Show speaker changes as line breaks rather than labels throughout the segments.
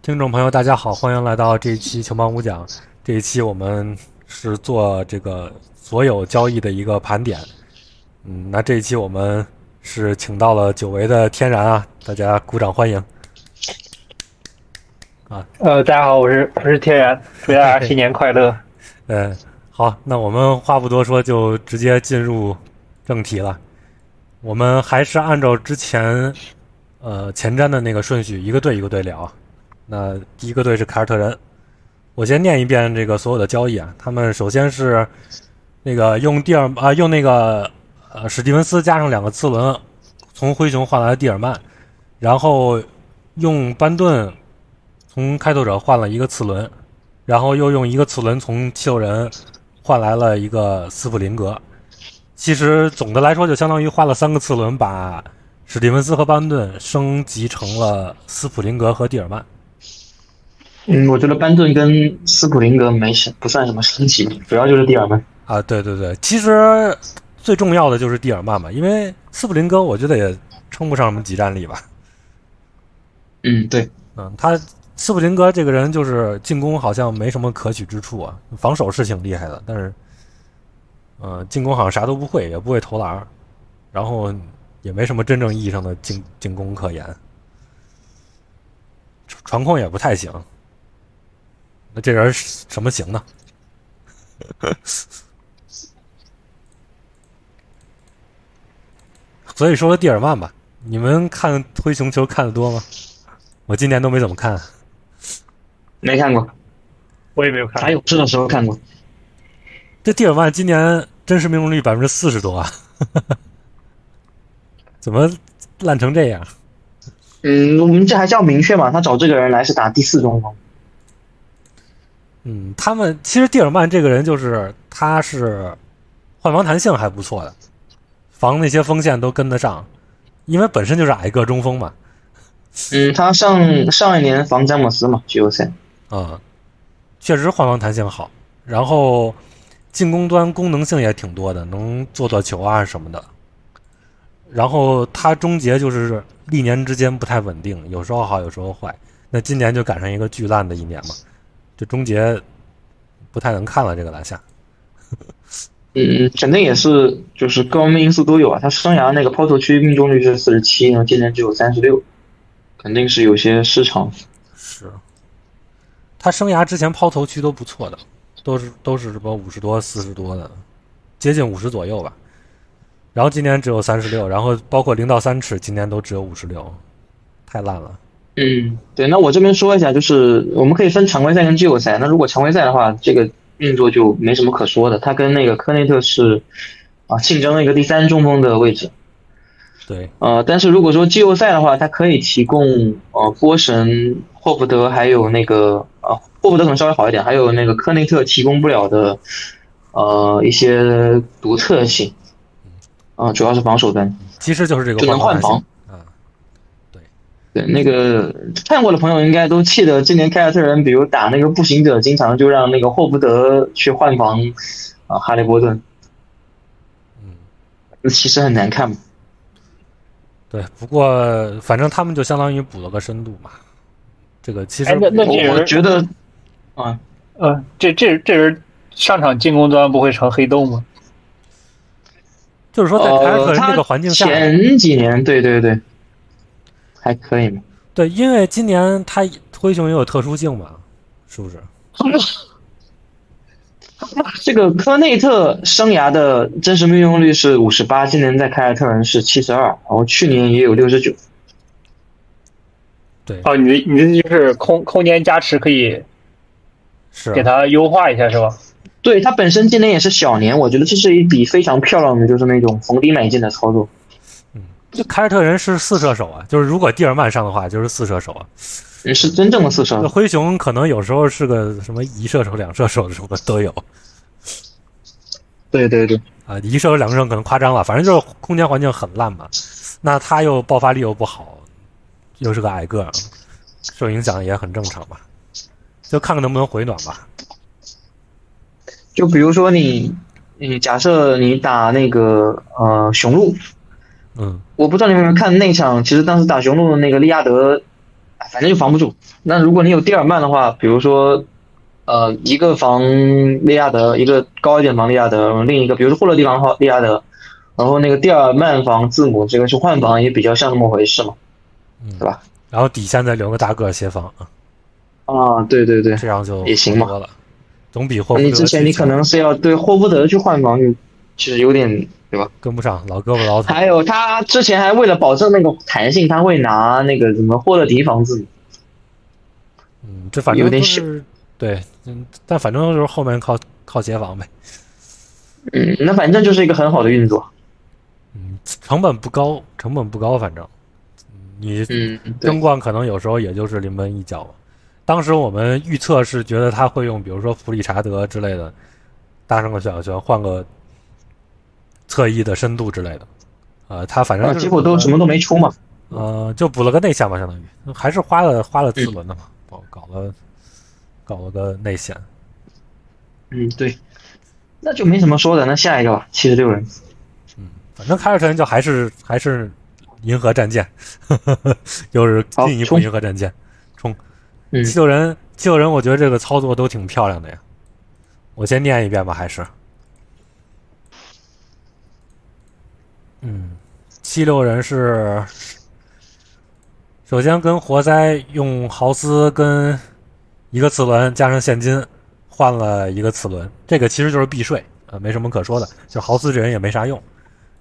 听众朋友，大家好，欢迎来到这一期球盲五讲。这一期我们是做这个所有交易的一个盘点。嗯，那这一期我们是请到了久违的天然啊，大家鼓掌欢迎。
呃，大家好，我是我是天然，祝大 家新年快乐。
嗯，好，那我们话不多说，就直接进入正题了。我们还是按照之前呃前瞻的那个顺序，一个队一个队聊。那第一个队是凯尔特人，我先念一遍这个所有的交易啊。他们首先是那个用蒂尔啊、用那个呃史蒂文斯加上两个次轮，从灰熊换来了蒂尔曼，然后用班顿从开拓者换了一个次轮，然后又用一个次轮从七六人换来了一个斯普林格。其实总的来说，就相当于花了三个次轮把史蒂文斯和班顿升级成了斯普林格和蒂尔曼。
嗯，我觉得班顿跟斯普林格没什不算什么新奇，主要就是蒂尔曼。
啊，对对对，其实最重要的就是蒂尔曼吧，因为斯普林格我觉得也称不上什么集战力吧。
嗯，对，
嗯，他斯普林格这个人就是进攻好像没什么可取之处啊，防守是挺厉害的，但是，呃，进攻好像啥都不会，也不会投篮儿，然后也没什么真正意义上的进进攻可言，传传控也不太行。那这人是什么型呢？ 所以说蒂尔曼吧，你们看灰熊球看的多吗？我今年都没怎么看。
没看过，
我也没有看
打，勇士的时候看过。
这蒂尔曼今年真实命中率百分之四十多啊！ 怎么烂成这样？
嗯，我们这还叫明确嘛？他找这个人来是打第四中锋。
嗯，他们其实蒂尔曼这个人就是，他是换防弹性还不错的，防那些锋线都跟得上，因为本身就是矮个中锋嘛。
嗯，他上上一年防詹姆斯嘛，季后赛。
嗯，确实换防弹性好，然后进攻端功能性也挺多的，能做做球啊什么的。然后他终结就是历年之间不太稳定，有时候好，有时候坏。那今年就赶上一个巨烂的一年嘛，这终结不太能看了。这个篮下，
嗯，肯定也是，就是各方面因素都有啊。他生涯那个抛投区命中率是四十七，然后今年只有三十六，肯定是有些失常。
是他生涯之前抛投区都不错的，都是都是什么五十多、四十多的，接近五十左右吧。然后今年只有三十六，然后包括零到三尺，今年都只有五十六，太烂了。
嗯，对，那我这边说一下，就是我们可以分常规赛跟季后赛。那如果常规赛的话，这个运作就没什么可说的，他跟那个科内特是啊竞争了一个第三中锋的位置。
对，
呃，但是如果说季后赛的话，它可以提供呃波神、霍福德还有那个呃霍福德可能稍微好一点，还有那个科内特提供不了的呃一些独特性。啊、主要是防守端，
其实就是这个
就能换
防
防
弹。性啊，
对，那个看过的朋友应该都记得，今年凯尔特人，比如打那个步行者，经常就让那个霍福德去换防啊、哈利波顿，
嗯，
其实很难看嘛。
对。不过反正他们就相当于补了个深度嘛。这个其实
哎那那
我
这人
我觉得，啊，
呃，这这这人上场进攻端不会成黑洞吗？
就是说在凯尔特
呃
人
他
这个环境下，
前几年对对对，还可以嘛。
对，因为今年他灰熊也有特殊性嘛，是不是？
这个科内特生涯的真实命中率是五十八，今年在凯尔特人是七十二，然后去年也有六十九。
对，
哦，你的你的意思就是空空间加持可以
是
给他优化一下是吧？
对他本身今年也是小年，我觉得这是一笔非常漂亮的，就是那种逢低买进的操作。
这凯尔特人是四射手啊，就是如果蒂尔曼上的话，就是四射手啊。
嗯是真正的四
那
射，
灰熊可能有时候是个什么一射手、两射手什么都有
对对对，
啊，一射手、两射手可能夸张了，反正就是空间环境很烂嘛。那他又爆发力又不好，又是个矮个儿，受影响也很正常吧。就看看能不能回暖吧。
就比如说你，你假设你打那个呃雄鹿，
嗯，
我不知道你们有没有看那场，其实当时打雄鹿的那个利亚德，哎反正就防不住。那如果你有蒂尔曼的话，比如说，呃，一个防利亚德，一个高一点防利亚德，另一个比如说霍勒迪防利亚德，然后那个蒂尔曼防字母，这个去换防也比较像那么回事嘛。
嗯，
对吧？
然后底线再留个大个儿协防，啊
啊，对对对，
这样就
也行嘛
多了，总比霍
那
福
你
德
之前
去
你可能是要对霍福德去换防，就其实有点对吧？
跟不上，老胳膊老腿。
还有他之前还为了保证那个弹性，他会拿那个什么霍勒迪防字母。
嗯，这反正
有点
就是对，嗯，但反正就是后面靠靠协防呗，
嗯，那反正就是一个很好的运作。
嗯，成本不高，成本不高，反正嗯你
嗯，对
争冠可能有时候也就是临门一脚。当时我们预测是觉得他会用，比如说弗里查德之类的，搭上个小球，换个侧翼的深度之类的。呃，他反正
啊，
就是
结果都什么都没出嘛。
呃，就补了个内线吧，相当于还是花了花了次轮的嘛，搞搞了搞了个内线。
嗯，对，那就没什么说的。那下一个吧，七十六人。
反正凯尔特人就还是还是银河战舰， 就是
好
进一步
冲
银河战舰冲。
嗯
七六人，七六人，我觉得这个操作都挺漂亮的呀。我先念一遍吧，还是，嗯，七六人是首先跟活塞用豪斯跟一个次轮加上现金换了一个次轮，这个其实就是避税，呃，没什么可说的，就豪斯这人也没啥用。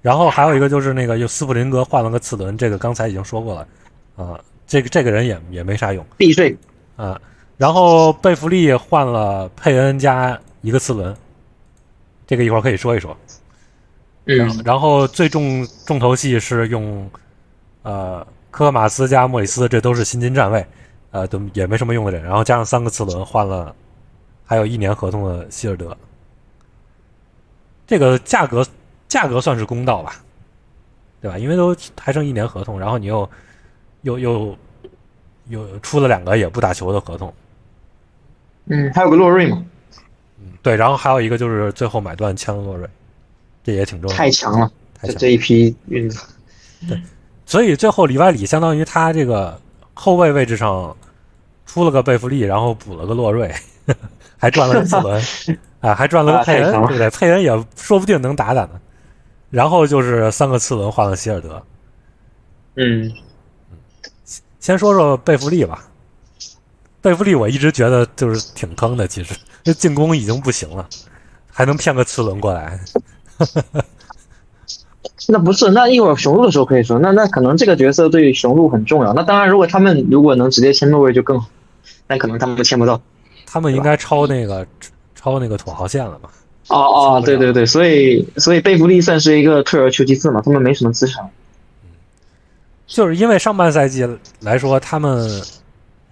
然后还有一个就是那个用斯普林格换了个次轮，这个刚才已经说过了，啊、这个这个人也也没啥用。
避税，
啊，然后贝弗利换了佩恩加一个次轮，这个一会儿可以说一说。
嗯，
然后最重重头戏是用呃科马斯加莫里斯，这都是薪金站位，呃，都也没什么用的人。然后加上三个次轮换了，还有一年合同的希尔德，这个价格价格算是公道吧，对吧？因为都还剩一年合同，然后你又又又又出了两个也不打球的合同，
嗯，还有个洛瑞嘛，
嗯对，然后还有一个就是最后买断签了洛瑞，这也挺重要的
太，强了，
太
这
强。
这一批运作。
所以最后里外里相当于他这个后卫位置上出了个贝弗利，然后补了个洛瑞， 还赚了个次轮， 啊，还赚了个
啊
佩
太
恩，
强了
对不对？佩恩也说不定能打打呢。然后就是三个次轮换了希尔德，
嗯，
先说说贝弗利吧。贝弗利我一直觉得就是挺坑的，其实这进攻已经不行了，还能骗个次轮过来，
那不是，那一会儿雄鹿的时候可以说，那那可能这个角色对雄鹿很重要。那当然，如果他们如果能直接签诺瑞就更好，但可能他们签不到。
他们应该超那个超那个土豪线了吧？
哦哦，对对对，所以所以贝弗利算是一个退而求其次嘛，他们没什么资产。
就是因为上半赛季来说，他们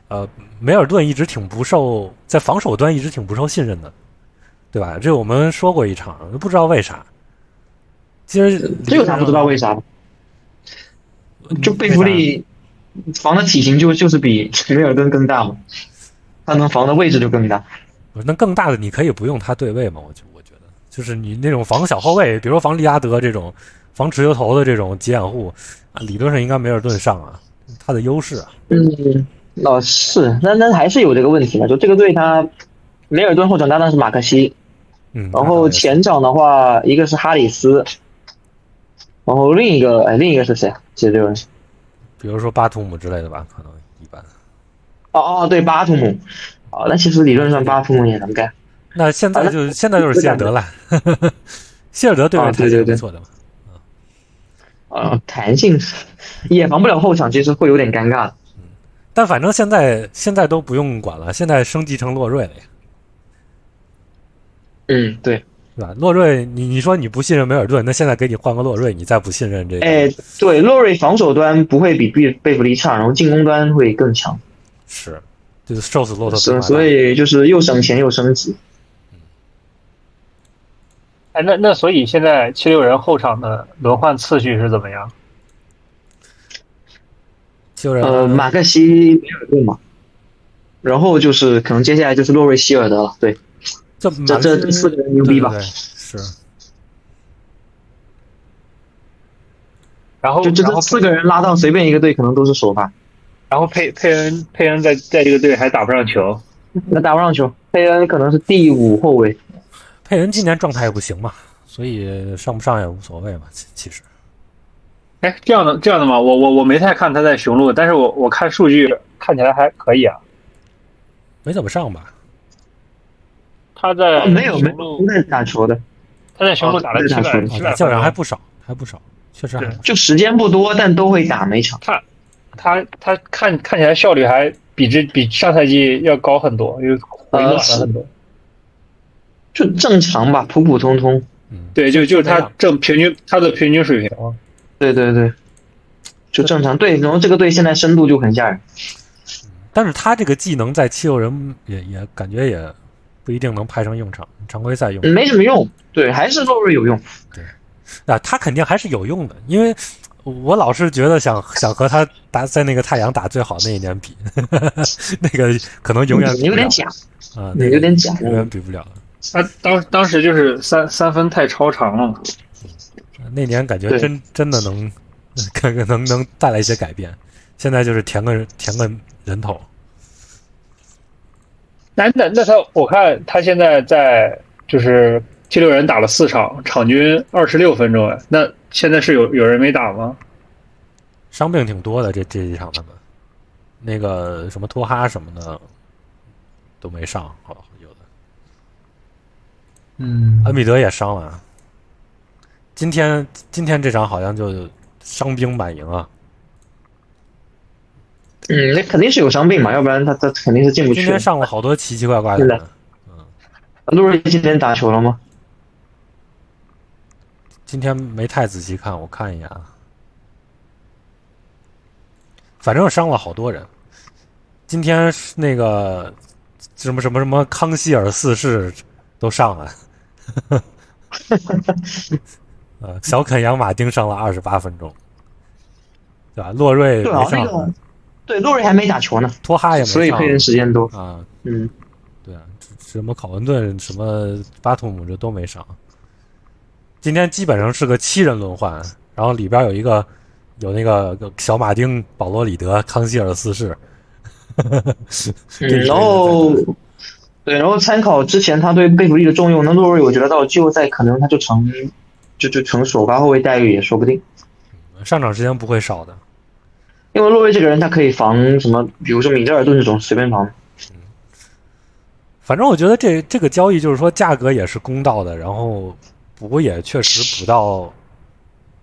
呃梅尔顿一直挺不受在防守端一直挺不受信任的，对吧？这我们说过一场，不知道为啥。其实
这个他不知道为啥，就贝弗利防的体型就就是比梅尔顿更大嘛，他能防的位置就更大。
不是那更大的你可以不用他对位嘛？我就我觉得，就是你那种防小后卫，比如说防利拉德这种防持球头的这种急掩护，啊理论上应该梅尔顿上啊，他的优势啊。
嗯，哦是，那那还是有这个问题嘛，就这个队他梅尔顿后场搭档是马克西，
嗯，
然后前场的话一个是哈里斯，然后另一个哎另一个是谁啊？其实这个人
比如说巴图姆之类的吧，可能一般。
哦哦对巴图姆，哦那其实理论上巴图姆也能干。
那现在就现在就是希尔德了，希尔德对面
啊
台
对对
是不
对
错的嘛。
呃，弹性 也防不了后场，其实会有点尴尬的。
但反正现在现在都不用管了，现在升级成洛瑞了呀，
嗯，对，
对吧？洛瑞，你你说你不信任梅尔顿，那现在给你换个洛瑞，你再不信任这个，
哎，对，洛瑞防守端不会比贝贝弗利差，然后进攻端会更强，
是就是瘦死骆驼比马
所
大
所以就是又省钱又升级。
哎，那那所以现在七六人后场的轮换次序是怎么样？
就是
呃，马克西梅尔顿嘛，然后就是可能接下来就是洛瑞希尔德了。对，
这
这
马
这
林
四个人牛逼吧
嗯对对对是
然后
就这
然后
这四个人拉到随便一个队，可能都是首发。
然后佩佩恩佩恩在在这个队还打不上球，
那打不上球，佩恩可能是第五后卫。
佩恩今年状态也不行嘛，所以上不上也无所谓嘛。其其实，
哎，这样的这样的吗？我我我没太看他在雄鹿，但是我我看数据看起来还可以啊。
没怎么上吧？
他在
呃没有嗯没
雄
有
鹿
不，是打球的，
他在雄鹿打了七百
哦不
啊
七
打
百
较
分
量
钟，
还不少，还不少，确实还不少。
就时间不多，但都会打每场。
他他他看看起来效率还比之比上赛季要高很多，又回暖了很多。
就正常吧，普普通通。
嗯，
对，就就是
这
他
样
正平均他的平均水平啊。
对对对，就正常。对，然后这个队现在深度就很吓人。
但是他这个技能在七六人也也感觉也不一定能派上用场，常规赛用。
没什么用，对，还是洛瑞有用。
啊，他肯定还是有用的，因为我老是觉得想想和他打在那个太阳打最好那一年比， 那个可能永远
你有点假，
啊，那
你
个
有点假。
永远比不了了。
他当当时就是三三分太超长了嘛。
那年感觉
对
真真的能， 看看能能带来一些改变。现在就是填个填个人头，
那那那他，我看他现在在就是七六人打了四场，场均二十六分钟哎。那现在是有有人没打吗？
伤病挺多的。这这几场他们，那个什么托哈什么的都没上，好吧，有的
嗯
恩比德也伤了。今天今天这场好像就伤兵满营啊，
嗯，那肯定是有伤病嘛，要不然他他肯定是进不
今
去。
天上了好多奇奇怪怪的
对
人嗯
的。洛瑞今天打球了吗？
今天没太仔细看，我看一眼啊。反正伤了好多人。今天是那个什么什么什么康希尔四世都上了， 呃，小肯杨马丁上了二十八分钟，对吧？洛瑞
对啊
没，
那
上，
个对洛瑞还没打球呢，
托哈也没上，
所以佩恩时间多。
啊，
嗯，
对啊，什么考文顿、什么巴图姆这都没上。今天基本上是个七人轮换，然后里边有一个有那个小马丁、保罗里德、康希尔四世，
嗯
这个
然后对，然后参考之前他对贝弗利的重用，那洛瑞我觉得到季后赛可能他就成就就成首发后卫待遇也说不定。
上场时间不会少的。
因为洛瑞这个人，他可以防什么，比如说米德尔顿这种随便防。
反正我觉得这这个交易就是说价格也是公道的，然后补也确实补到，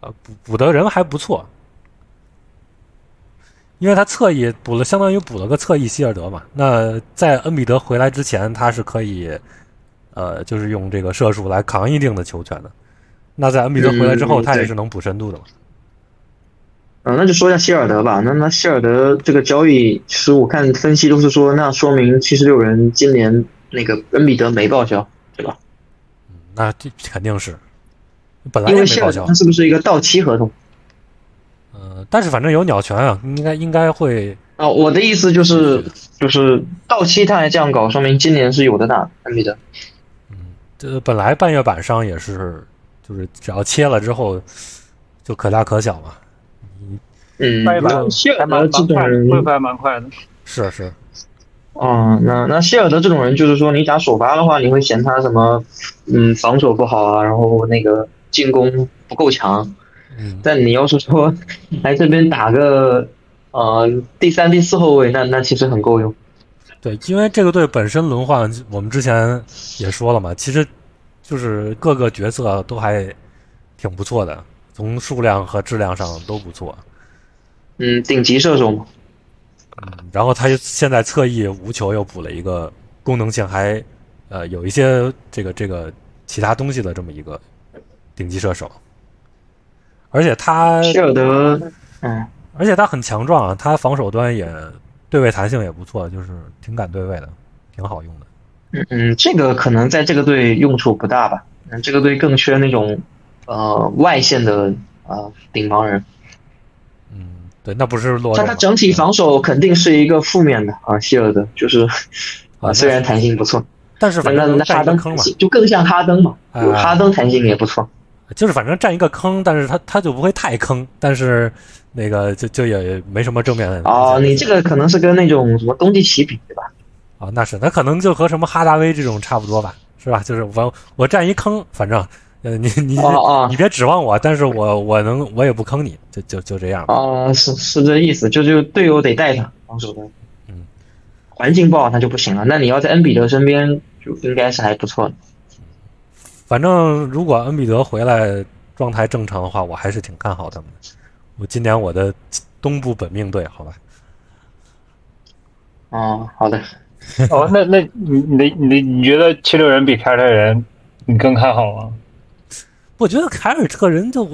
呃，补补的人还不错，因为他侧翼补了，相当于补了个侧翼希尔德嘛。那在恩比德回来之前，他是可以，呃，就是用这个射术来扛一定的球权的。那在恩比德回来之后，
嗯
他也
对
是能补深度的嘛。
嗯，那就说一下希尔德吧。那那希尔德这个交易，其实我看分析都是说，那说明七十六人今年那个恩比德没报销，对吧？
嗯那这肯定是，本来
因
也
为
没
希
报
尔德
销
他。是不是一个到期合同？
呃，但是反正有鸟权啊，应该应该会
啊、我的意思
嗯
就是就是到期他还这样搞，说明今年是有的打恩比德。
这本来半月板上也是，就是只要切了之后，就可大可小嘛。
嗯，
掰吧
那希尔
还蛮
德
蛮
这种
快的，
人
会不会还蛮快的？
是是，
嗯，那那希尔德这种人，就是说你打首发的话，你会嫌他什么？嗯，防守不好啊，然后那个进攻不够强。
嗯，
但你要是 说来这边打个呃第三、第四后卫，那那其实很够用。
对，因为这个队本身轮换，我们之前也说了嘛，其实就是各个角色都还挺不错的，从数量和质量上都不错。
嗯，顶级射手嘛。
嗯，然后他又现在侧翼无球又补了一个功能性还呃有一些这个这个其他东西的这么一个顶级射手，而且他
希尔德，嗯，
而且他很强壮啊，他防守端也对位弹性也不错，就是挺敢对位的，挺好用的。
嗯嗯，这个可能在这个队用处不大吧。嗯，这个队更缺那种呃外线的呃顶防人。
嗯，对，那不是洛
但
瑞
他
吗
整体防守肯定是一个负面的啊，希尔德就是
啊
啊，虽然弹性不错，
但是
那
反正
那
占
哈
一个
登
坑嘛，
就更像哈登嘛，
啊
有哈登弹性也不错。
就是反正占一个坑，但是他他就不会太坑，但是那个就就也没什么正面的
哦，你这个可能是跟那种什么东契奇比的吧？
啊，那是，那可能就和什么哈达威这种差不多吧，是吧？就是我我占一坑，反正呃，你你、
哦哦
你别指望我，但是我我能我也不坑你，就就就这样吧。
哦，是是这意思，就就队友得带他防守的，
嗯，
环境不好那就不行了。那你要在恩比德身边，就应该是还不错的。
反正如果恩比德回来状态正常的话，我还是挺看好他们的。我今年我的东部本命队，好吧，
哦，好的，
哦，那那你你的你的你觉得七六人比凯尔特人你更看好吗？
我觉得凯尔特人就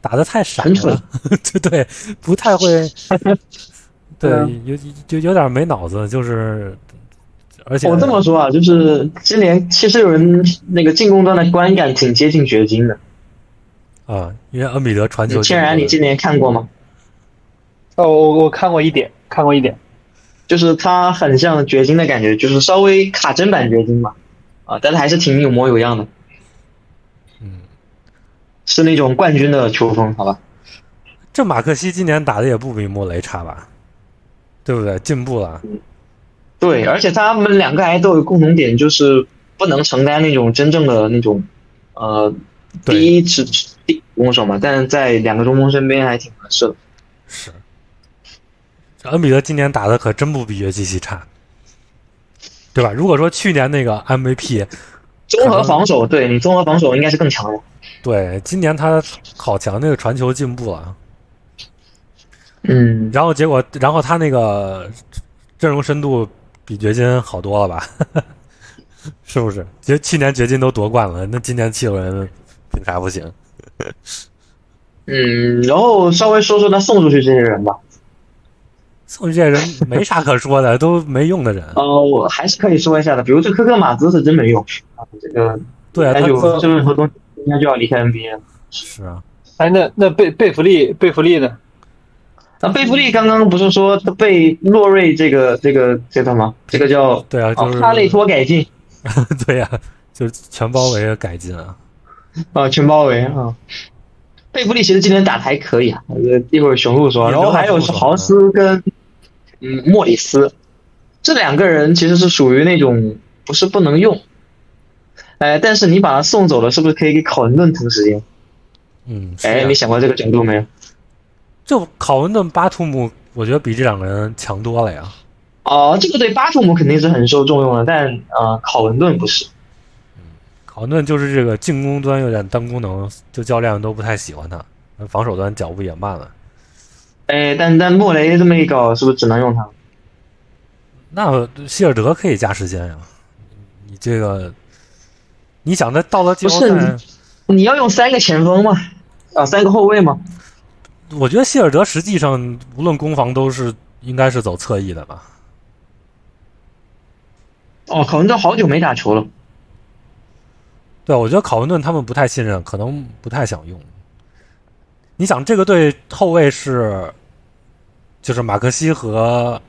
打的太闪
很
了，对 对，不太 会，对，
嗯
有就有点没脑子，就是而且
我这么说啊，就是今年其实有人那个进攻端的观感挺接近掘金的。
啊，因为恩比德传球进
天
攻
然，你今年看过吗？
哦，我我看过一点，看过一点。
就是它很像掘金的感觉，就是稍微卡针版掘金吧，啊，但是还是挺有模有样的，
嗯，
是那种冠军的球风，好吧？
这马克西今年打的也不比穆雷差吧，对不对？进步了，
对，
嗯
而且他们两个还都有共同点，就是不能承担那种真正的那种，呃，
对
第一是第一攻手嘛，但是在两个中锋身边还挺呃合适的。
是。这恩比德今年打的可真不比约基奇差，对吧？如果说去年那个 MVP，
综合防守，对你综合防守应该是更强的。
对，今年他好强，那个传球进步了，
嗯，
然后结果，然后他那个阵容深度比掘金好多了吧？ 是不是？其实去年掘金都夺冠了，那今年七六人凭啥不行？
嗯，然后稍微说说他送出去这些人吧。
送去这些人没啥可说的，都没用的人。
呃，我还是可以说一下的，比如这科克马兹是真没用啊，这个
对啊，
那
他
哎就这份合同应该就要离开 NBA 了。
是啊，
哎，那那贝贝弗利贝弗利呢？
那贝弗利刚刚不是说他被洛瑞这个这个这个吗？这个叫
对啊，就是
哦哈雷托改进
对呀、就是全包围的改进啊。
啊，全包围啊。贝弗利其实今天打的还可以啊，呃一会儿雄鹿说，
也没有
然后还有是豪斯跟嗯莫里斯，这两个人其实是属于那种不是不能用，哎，但是你把他送走了，是不是可以给考文顿腾时间？
嗯，是啊
哎，你想过这个角度没有？
就考文顿、巴图姆，我觉得比这两个人强多了呀。
哦、这个对巴图姆肯定是很受重用的，但呃，考文顿不是。
考文顿就是这个进攻端有点单功能，就教练都不太喜欢他，防守端脚步也慢了。
哎，但但莫雷这么一搞，是不是只能用他？
那希尔德可以加时间呀、你这个，你想他到了季后
不
赛
是，你要用三个前锋吗？啊，三个后卫吗？
我觉得希尔德实际上无论攻防都是应该是走侧翼的吧？
哦，考文顿好久没打球了。
对，我觉得考文顿他们不太信任，可能不太想用。你想这个队后卫是，就是马克西和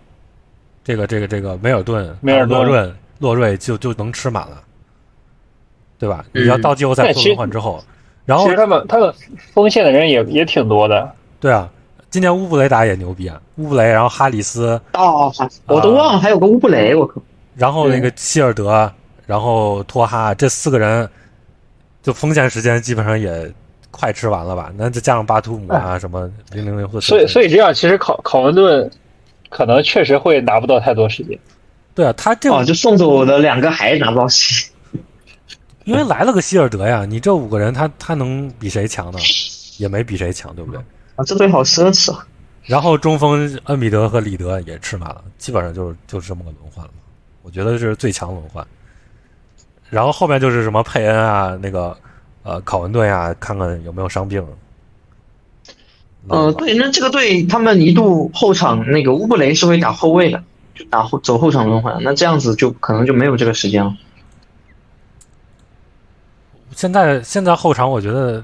这个这个这个梅尔顿、啊
梅尔顿
洛瑞、洛瑞就就能吃满了，对吧？你要
嗯
到季后赛
但
破
其
轮
实
换之后，然后
其实他们他们锋线的人也也挺多的。
对啊，今年乌布雷打也牛逼啊，乌布雷，然后哈里斯，
哦，我都忘了还有个乌布雷，我靠！
然后那个希尔德，然后托哈，这四个人就锋线时间基本上也快吃完了吧？那再加上巴图姆啊什么零零零或者，
所以所以这样，其实考考文顿可能确实会拿不到太多时间。
对啊，他这
哦，就送走了两个还拿不到戏。
因为来了个希尔德呀，你这五个人他他能比谁强呢？也没比谁强，对不对？
啊，这队好奢侈啊！
然后中锋恩比德和里德也吃满了，基本上就是就是这么个轮换了。我觉得这是最强轮换。然后后面就是什么佩恩啊，那个呃考文顿呀、看看有没有伤病。
呃，对，那这个队他们一度后场那个乌布雷是会打后卫的，就打后走后场轮换，那这样子就可能就没有这个时间了。
现在现在后场我觉得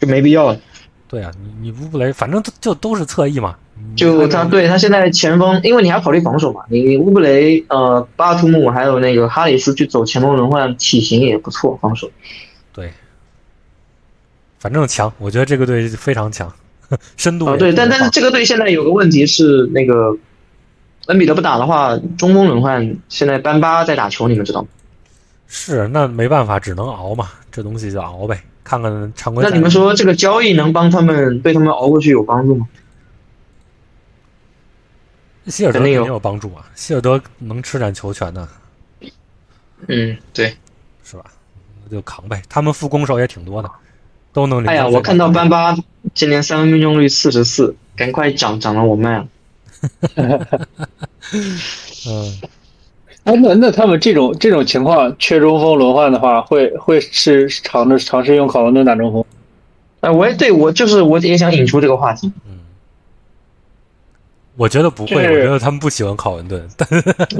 就没必要了。
对啊，你你乌布雷反正就就都是侧翼嘛，
就他对他现在前锋，因为你还要考虑防守嘛，你你乌布雷、呃巴图姆还有那个哈里斯去走前锋轮换，体型也不错，防守。
对，反正强，我觉得这个队非常强， 深度
啊、
也
对，
很
但但是
棒
这个队现在有个问题是，那个恩比德不打的话，中锋轮换现在班巴在打球，你们知道吗？
是那没办法，只能熬嘛，这东西就熬呗，看看常规
那
赛。
你们说这个交易能帮他们对他们熬过去有帮助吗？
希尔德
肯
肯
定
定
有
有帮助啊，希尔德能吃点球权呢，
嗯，对。
是吧？那就扛呗，他们副攻手也挺多的，都能领
哎
先最
呀，
高。
我看到班巴今年三分命中率四十四，赶快涨涨了我卖了。
嗯，
哎，那那他们这种这种情况缺中锋轮换的话，会会是尝着尝试用考伦顿打中锋？
哎，我也对我就是我也想引出这个 话题。
嗯我觉得不会，
就
我
是
觉得他们不喜欢考文顿，但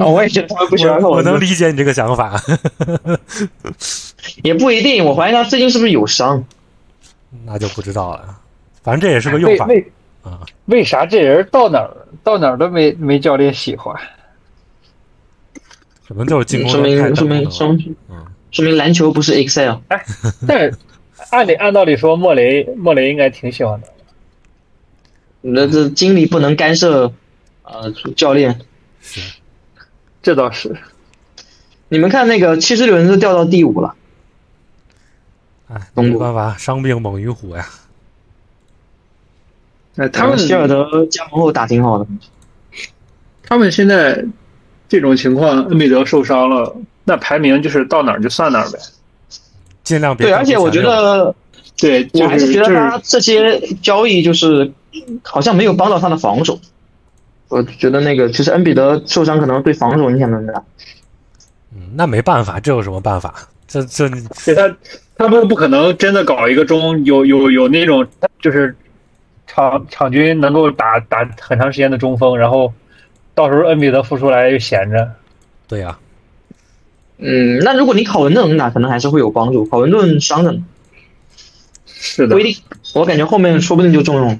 啊，我也觉得他们不喜欢看
我
我
能理解你这个想法。
也不一定，我怀疑他最近是不是有伤。
那就不知道了。反正这也是个用
哎
法，
为
啊
为啥这人到哪儿到哪儿都没没教练喜欢？
可能就是进攻
说
端太
明说
等了
明说明
嗯
说明篮球不是 Excel。
但是按理按道理说，莫雷莫雷应该挺喜欢的。
那这经理不能干涉，呃，教练。
是
这倒是，
你们看那个七十轮是掉到第五了，
哎，
东部
没办法，伤病猛于虎呀。
哎，他们
嗯呃希尔德加盟后打挺好的，
他们现在这种情况，恩比德受伤了，那排名就是到哪儿就算哪儿呗。
尽量别
对，
超
而且
过
我觉
前六
得，
对，
我
就
还是
是
觉
就
得
是
他这些交易就是好像没有帮到他的防守。我觉得那个其实恩比德受伤可能对防守影响很大。
嗯，那没办法，这有什么办法？这这
对他，他们不可能真的搞一个中有有有那种就是场场均能够打打很长时间的中锋，然后到时候恩比德复出来又闲着。
对啊呀、
嗯，那如果你考文顿能打，可能还是会有帮助。考文顿伤着呢，
是
不一定，我感觉后面说不定就重用了。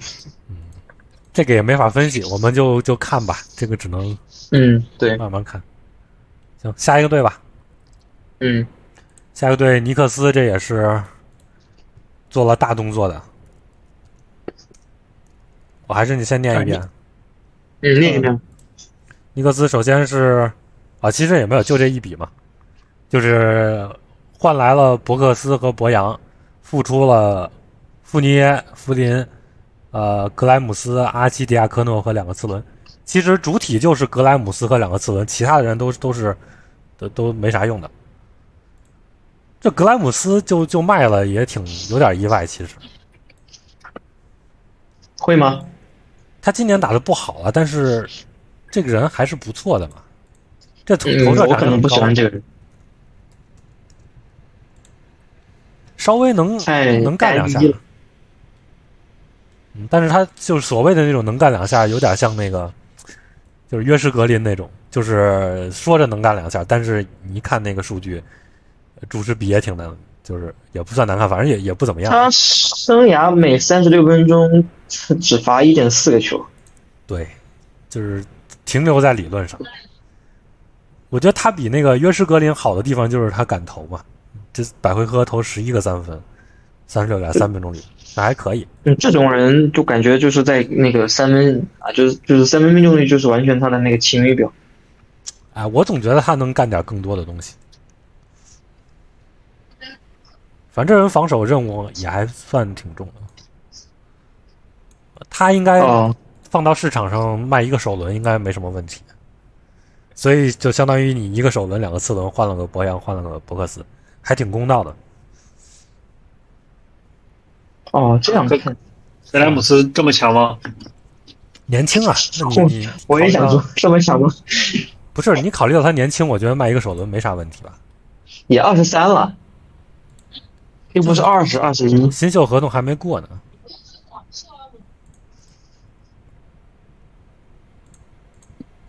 这个也没法分析，我们就就看吧，这个只能
嗯，对，
慢慢看。行，下一个队吧，
嗯，
下一个队尼克斯，这也是做了大动作的。我还是你先念一遍。
嗯，念一遍。
尼克斯首先是啊，其实也没有，就这一笔嘛，就是换来了伯克斯和博扬，付出了富尼耶、福林、呃格莱姆斯、阿奇迪亚科诺和两个次轮。其实主体就是格莱姆斯和两个次轮，其他的人都都是都都没啥用的。这格莱姆斯就就卖了，也挺有点意外。其实
会吗？
他今年打的不好啊，但是这个人还是不错的嘛。这投
嗯，
投射
我
产
可
能
能不
高
喜欢这个人，
稍微能
太
能干两下
单一了。
嗯，但是他就是所谓的那种能干两下，有点像那个，就是约什格林那种，就是说着能干两下，但是你一看那个数据，呃主持比也挺难，就是也不算难看，反正也也不怎么样。
他生涯每三十六分钟只罚一点四个球。
对，就是停留在理论上。我觉得他比那个约什格林好的地方就是他敢投嘛，这百回合投十一个三分，三十六点三分钟里，那还可以。
嗯，这种人就感觉就是在那个三分啊，就是就是三分命中率就是完全他的那个晴雨表。
哎，我总觉得他能干点更多的东西。反正这人防守任务也还算挺重的，他应该
哦，
放到市场上卖一个首轮应该没什么问题。所以就相当于你一个首轮两个次轮换了个博扬，换了个伯克斯，还挺公道的。
哦，这样看，
格莱姆斯这么强吗？
年轻啊，那你你
哦我也想说
考虑到，
这么想说，
不是你考虑到他年轻，我觉得卖一个首轮没啥问题吧？
也二十三了，又不是二十二十一。
新秀合同还没过呢。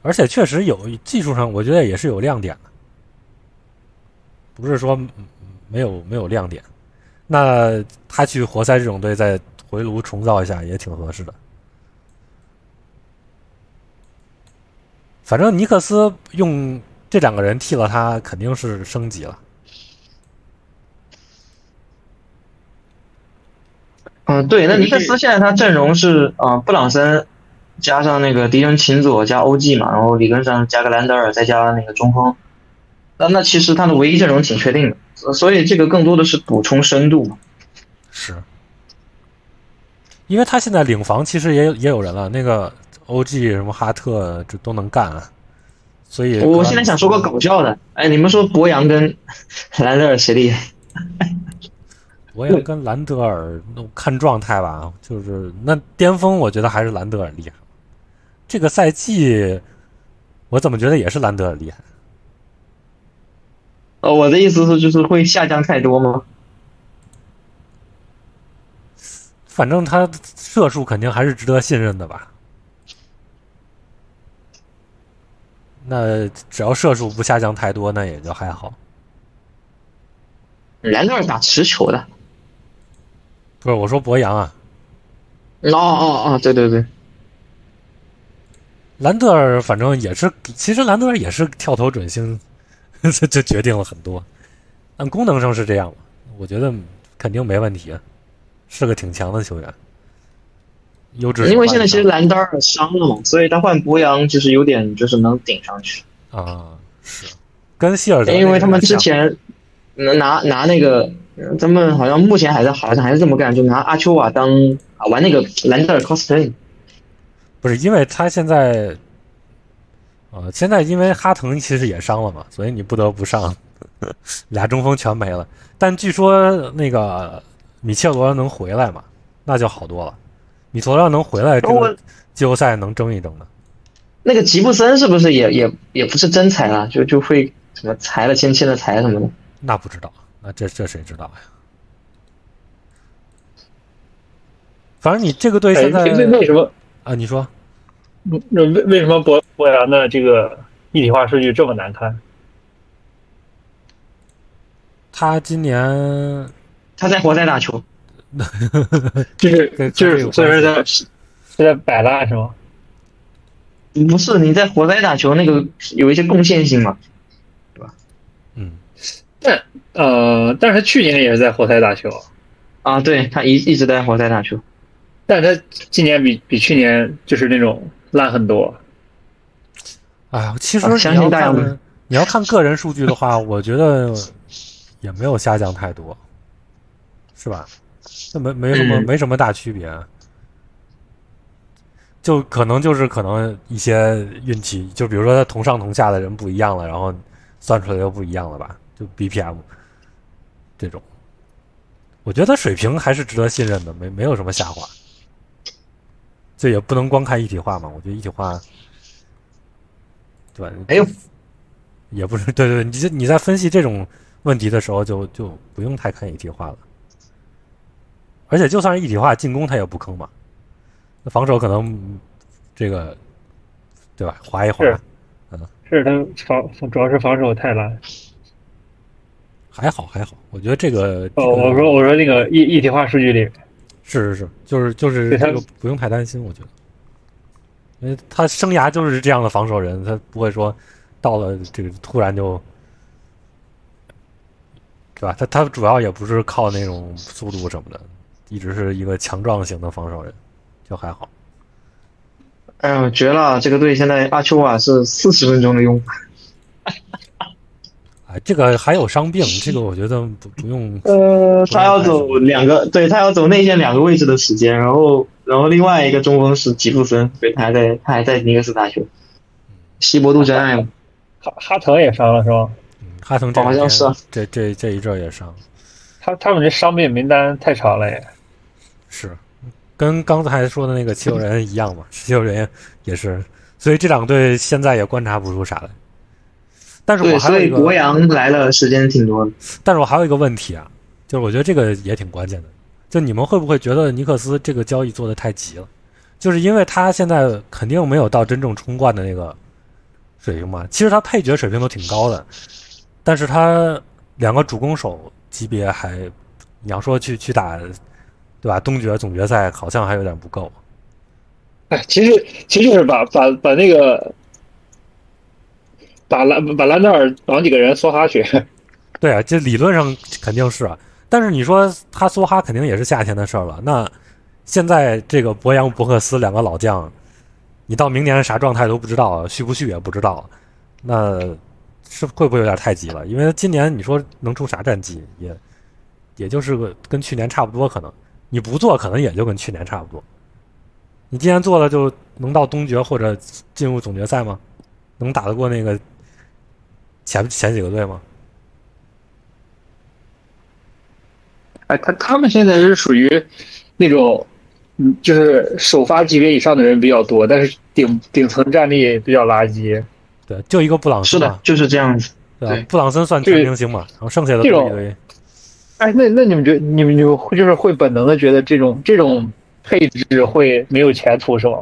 而且确实有技术上，我觉得也是有亮点的，不是说嗯没有没有亮点。那他去活塞这种队再回炉重造一下也挺合适的。反正尼克斯用这两个人替了他，肯定是升级了。
嗯，对，那尼克斯现在他阵容是啊、呃布朗森加上那个迪伦琴佐加 OG 嘛，然后理论上加个兰德尔，再加那个中锋。那那其实他的唯一阵容挺确定的，所所以这个更多的是补充深度嘛。
是，因为他现在领防其实也有也有人了，那个 OG 什么哈特这都能干、啊，所以
我现在想说个搞笑的，哎，你们说博扬跟 兰德尔谁厉害？
我也跟兰德尔那看状态吧，就是那巅峰，我觉得还是兰德尔厉害。这个赛季，我怎么觉得也是兰德尔厉害？
呃，我的意思是，就是会下降太多吗？
反正他射术肯定还是值得信任的吧。那只要射术不下降太多，那也就还好。
兰德尔打持球的。
不是我说博扬啊，
哦哦哦，对对对，
兰德尔反正也是，其实兰德尔也是跳投准星， 这这决定了很多。按功能上是这样嘛，我觉得肯定没问题，啊是个挺强的球员。优质手腕上，
因为现在其实兰德尔伤了嘛，所以他换博扬就是有点就是能顶上去，
啊是跟希尔德那个
因为他们之
像
前拿拿那个，呃他们好像目前还在好像还是这么干，就拿阿丘瓦当啊玩那个兰德尔 cosplay，
不是因为他现在，呃，现在因为哈腾其实也伤了嘛，所以你不得不上 俩中锋全没了。但据说那个米切尔罗能回来嘛，那就好多了。米切尔罗能回来，这
我
个季后赛能争一争的。
那个吉布森是不是也也也不是真裁啊？就就会什么裁了签签了裁什么的。
那不知道，那这这谁知道呀？反正你这个队
哎，
现在
为为什么
啊，你说
那为为什么博博扬的这个一体化数据这么难看？
他今年
他在活塞打球，
就是
跟
就是
跟这
所以
个有
说在是在摆烂是吗？
不是你在活塞打球那个有一些贡献性嘛？
嗯，
呃，但是他去年也是在活塞打球，
啊，对他一一直在活塞打球，
但是他今年比比去年就是那种烂很多。
哎呀，其实
啊
你
相
要
信大家
看
们
你要看个人数据的 话，我觉得也没有下降太多，是吧？那没没什么
嗯
没什么大区别，就可能就是可能一些运气，就比如说他同上同下的人不一样了，然后算出来就不一样了吧？就 BPM 这种，我觉得水平还是值得信任的，没没有什么下滑。这也不能光看一体化嘛，我觉得一体化，对吧？
哎呦，
也不是， 对对，对你这你在分析这种问题的时候就，就不用太看一体化了。而且就算是一体化，进攻他也不坑嘛，那防守可能嗯这个对吧，滑一滑
是是他防主要是防守太烂。
还好还好，我觉得这个这
哦，
个
我说我说那个一一体化数据里，
是是是，就是就是
对他
这个不用太担心，我觉得，因为他生涯就是这样的防守人，他不会说到了这个突然就，对吧？他他主要也不是靠那种速度什么的，一直是一个强壮型的防守人，就还好。
哎呦绝了！这个队现在阿丘瓦是四十分钟的用法，
哎，这个还有伤病，这个我觉得不不用
呃，他要走两个，对他要走内线两个位置的时间，然后然后另外一个中锋是吉布森，所以他还在他还在尼克斯打球，西伯杜真爱嘛，
哈哈腾也伤了是吗？
嗯哈腾这两
好像
天
是啊
这这这一阵儿也伤，
他他们这伤病名单太长了也。
是，跟刚才说的那个七六人一样嘛， 七六人也是，所以这两队现在也观察不出啥来。但是
对，
嗯我还
所
有
以
一
博
个，
扬来了时间挺多的。
但是我还有一个问题啊，就是我觉得这个也挺关键的，就你们会不会觉得尼克斯这个交易做的太急了？就是因为他现在肯定没有到真正冲冠的那个水平嘛，其实他配角水平都挺高的，但是他两个主攻手级别还，你要说去去打，对吧？东决总决赛好像还有点不够。
哎，其实其实就是把把把那个把兰把兰德尔绑几个人梭哈去。
对啊，这理论上肯定是啊，但是你说他梭哈肯定也是夏天的事儿了。那现在这个博扬、伯克斯两个老将，你到明年啥状态都不知道，啊续不续也不知道，那是会不会有点太急了？因为今年你说能出啥战绩，也也就是个跟去年差不多，可能你不做，可能也就跟去年差不多。你今年做了，就能到东决或者进入总决赛吗？能打得过那个前前几个队吗？
哎，他他们现在是属于那种，嗯，就是首发级别以上的人比较多，但是顶顶层战力比较垃圾。
对，就一个布朗
是
森
的
嘛，，
就是这样子。
对吧
对
布朗森算全明星嘛，然后剩下的都
这
一
种
堆。
哎，那那你们觉你们就就是会本能的觉得这种这种配置会没有前途是吗？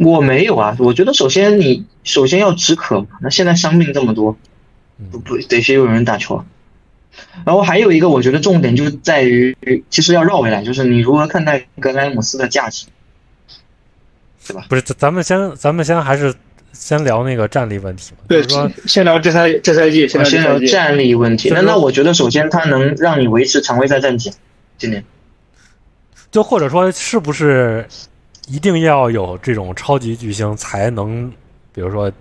我没有啊，我觉得首先你首先要止渴嘛。那现在伤病这么多，不
嗯，
不得先有人打球啊。然后还有一个，我觉得重点就在于，其实要绕回来，就是你如何看待格莱姆斯的价值。
不是，咱咱们先咱们先还是先聊那个战力问题嘛，就是说
先聊这赛这赛季，先
首
聊这
哦先
赛
有
季。
战力问题，
就是
那
说
那我觉得首先他能让你维持常规赛战绩，今年
就或者说是不是一定要有这种超级巨星才能，比如说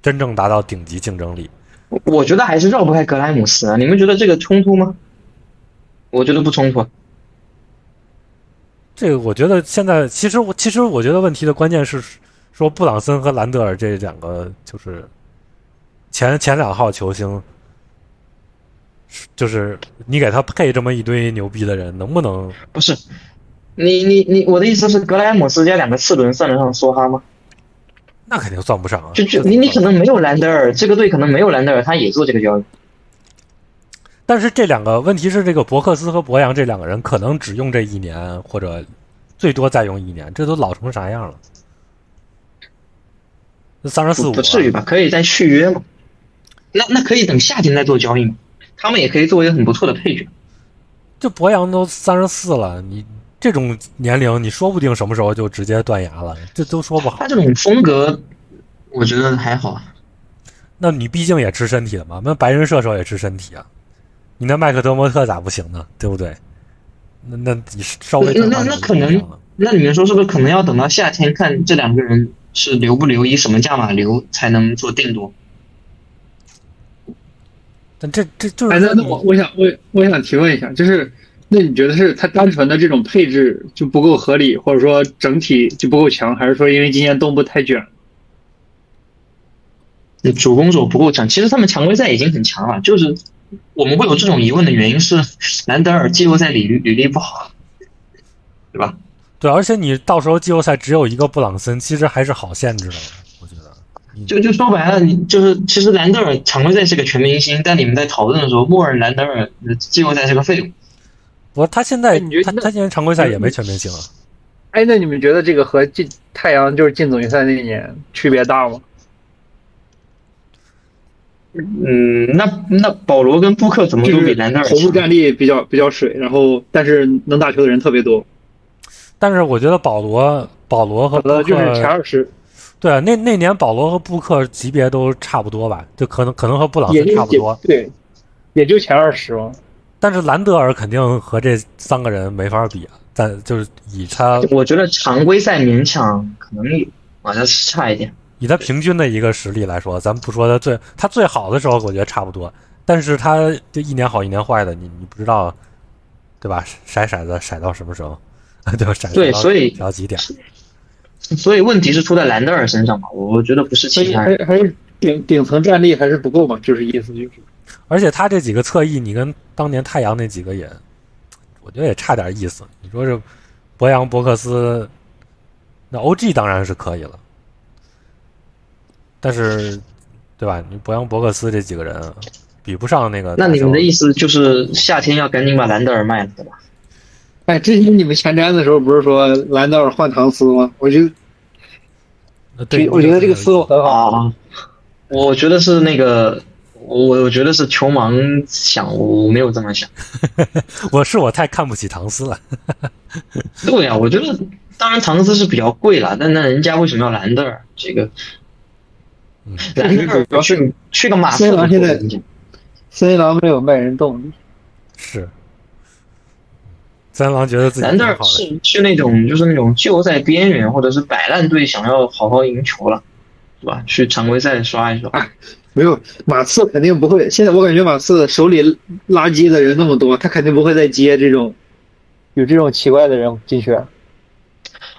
真正达到顶级竞争力？
我我觉得还是绕不开格莱姆斯啊。你们觉得这个冲突吗？我觉得不冲突啊。
这个我觉得现在其实我其实我觉得问题的关键是说布朗森和兰德尔这两个就是前前两号球星，是就是你给他配这么一堆牛逼的人，能不能
不是，你你你，我的意思是格莱姆斯加两个次轮算得上梭哈吗？
那肯定算不上啊。
就就
这
你你
怎
可
么办，
能没有兰德尔，这个队可能没有兰德尔，他也做这个交易。
但是这两个问题是，这个伯克斯和博扬这两个人可能只用这一年，或者最多再用一年，这都老成啥样了？三十四
不
五
不至于吧？可以再续约嘛？那那可以等夏天再做交易嘛？他们也可以作为一个很不错的配角。
这博洋都三十四了，你这种年龄，你说不定什么时候就直接断崖了，这都说 不好。
他这种风格，我觉得还好。啊。
那你毕竟也吃身体的嘛，那白人射手也吃身体啊，你那麦克德莫特咋不行呢？对不对？那那你稍微
那
转换
那那
转
可能
换了
那你们说是不是可能要等到夏天看这两个人是留不留，以什么价码留才能做定夺？
但这这就是
哎，那那我我想我我想提问一下，就是那你觉得是他单纯的这种配置就不够合理，或者说整体就不够强，还是说因为今年东部太卷？
你主攻手不够强，其实他们常规赛已经很强了，就是我们会有这种疑问的原因是兰德尔季后赛履历履历不好，对吧？
对，而且你到时候季后赛只有一个布朗森，其实还是好限制的，我觉得。
就就说白了，你就是其实兰德尔常规赛是个全明星，但你们在讨论的时候，默认兰德尔呃季后赛是个废物。
我他现在
你觉得
他
那
他现在常规赛也没全明星啊，
哎，那你们觉得这个和进太阳就是进总决赛那一年区别大吗？
嗯，那那保罗跟布克怎么
就
都
是
比兰德尔
头部
强？
战力比较比较水，然后但是能打球的人特别多，
但是我觉得保罗保罗和
可
布克
能呃就是前二十，
对啊，那那年保罗和布克级别都差不多吧，就可能可能和布朗
也
森
就
哦差不
也
多，
对，也就前二十嘛。
但是兰德尔肯定和这三个人没法比啊。但就是以他
我觉得常规赛勉强可能有，好像是差一点。
以他平均的一个实力来说，咱们不说他最他最好的时候，我觉得差不多。但是他就一年好一年坏的，你你不知道，对吧？骰骰子骰到什么时候， 对吧？骰
对
到
所以
到几点？
所以问题是出在兰德尔身上嘛？我觉得不是
所
其
以
他
还
人。
是还是顶顶层战力还是不够嘛，就是意思就是。
而且他这几个侧翼，你跟当年太阳那几个也，我觉得也差点意思。你说这博扬、伯克斯，那 OG 当然是可以了，但是对吧？你博扬、伯克斯这几个人比不上那个。
那你们的意思就是夏天要赶紧把兰德尔卖了，对吧？
哎，之前你们前瞻的时候不是说兰德尔换唐斯吗？我就
思？呃对，
我觉得这个思路很好。
啊，我觉得是那个，我我觉得是球盲想，我没有这么想。
我是我太看不起唐斯了。
对呀、我觉得当然唐斯是比较贵了，但那人家为什么要兰德尔？这个
嗯
兰德尔
主要
去
是
去个马刺
虽
都
然
不
现在
人家
森林狼没有卖人动力，
是，三郎觉得自己
南
挺
德尔
好的，
是是那种就是那种季后赛边缘或者是摆烂队想要好好赢球了，对吧？去常规赛刷一刷。
没有马刺肯定不会。现在我感觉马刺手里垃圾的人那么多，他肯定不会再接这种有这种奇怪的人进去。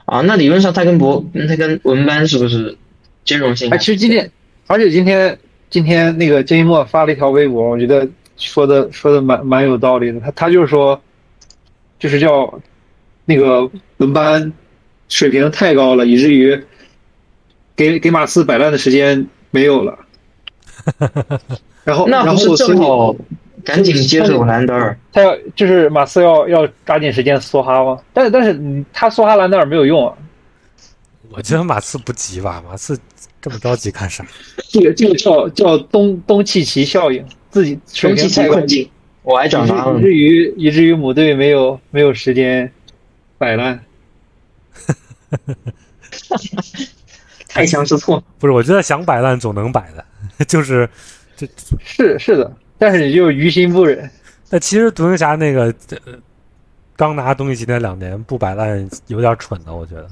啊，那理论上他跟博，嗯他跟文班是不是兼容性啊
哎，？其实今天，而且今天今天那个金一墨发了一条微博，我觉得说的说的蛮蛮有道理的。他他就是说，就是叫那个轮班水平太高了，以至于给给马刺摆烂的时间没有 了。然后，
那
然
不是
后所
正
以
好赶紧接手兰德尔？
他要就是马刺要要抓紧时间梭哈吗？但是但是嗯他梭哈兰德尔没有用啊。
我觉得马刺不急吧，马刺这么着急干啥？
这个这个叫叫东东契奇效应，自己水
中
平
期
太
才
高
困境，我还啊长大了
以。至于以至于母队没有没有时间摆烂。
太强吃醋。
不是，我觉得想摆烂总能摆的， 就是
是是的，但是你就于心不忍。
那其实独行侠那个、呃、刚拿东契奇那两年不摆烂有点蠢的，我觉得，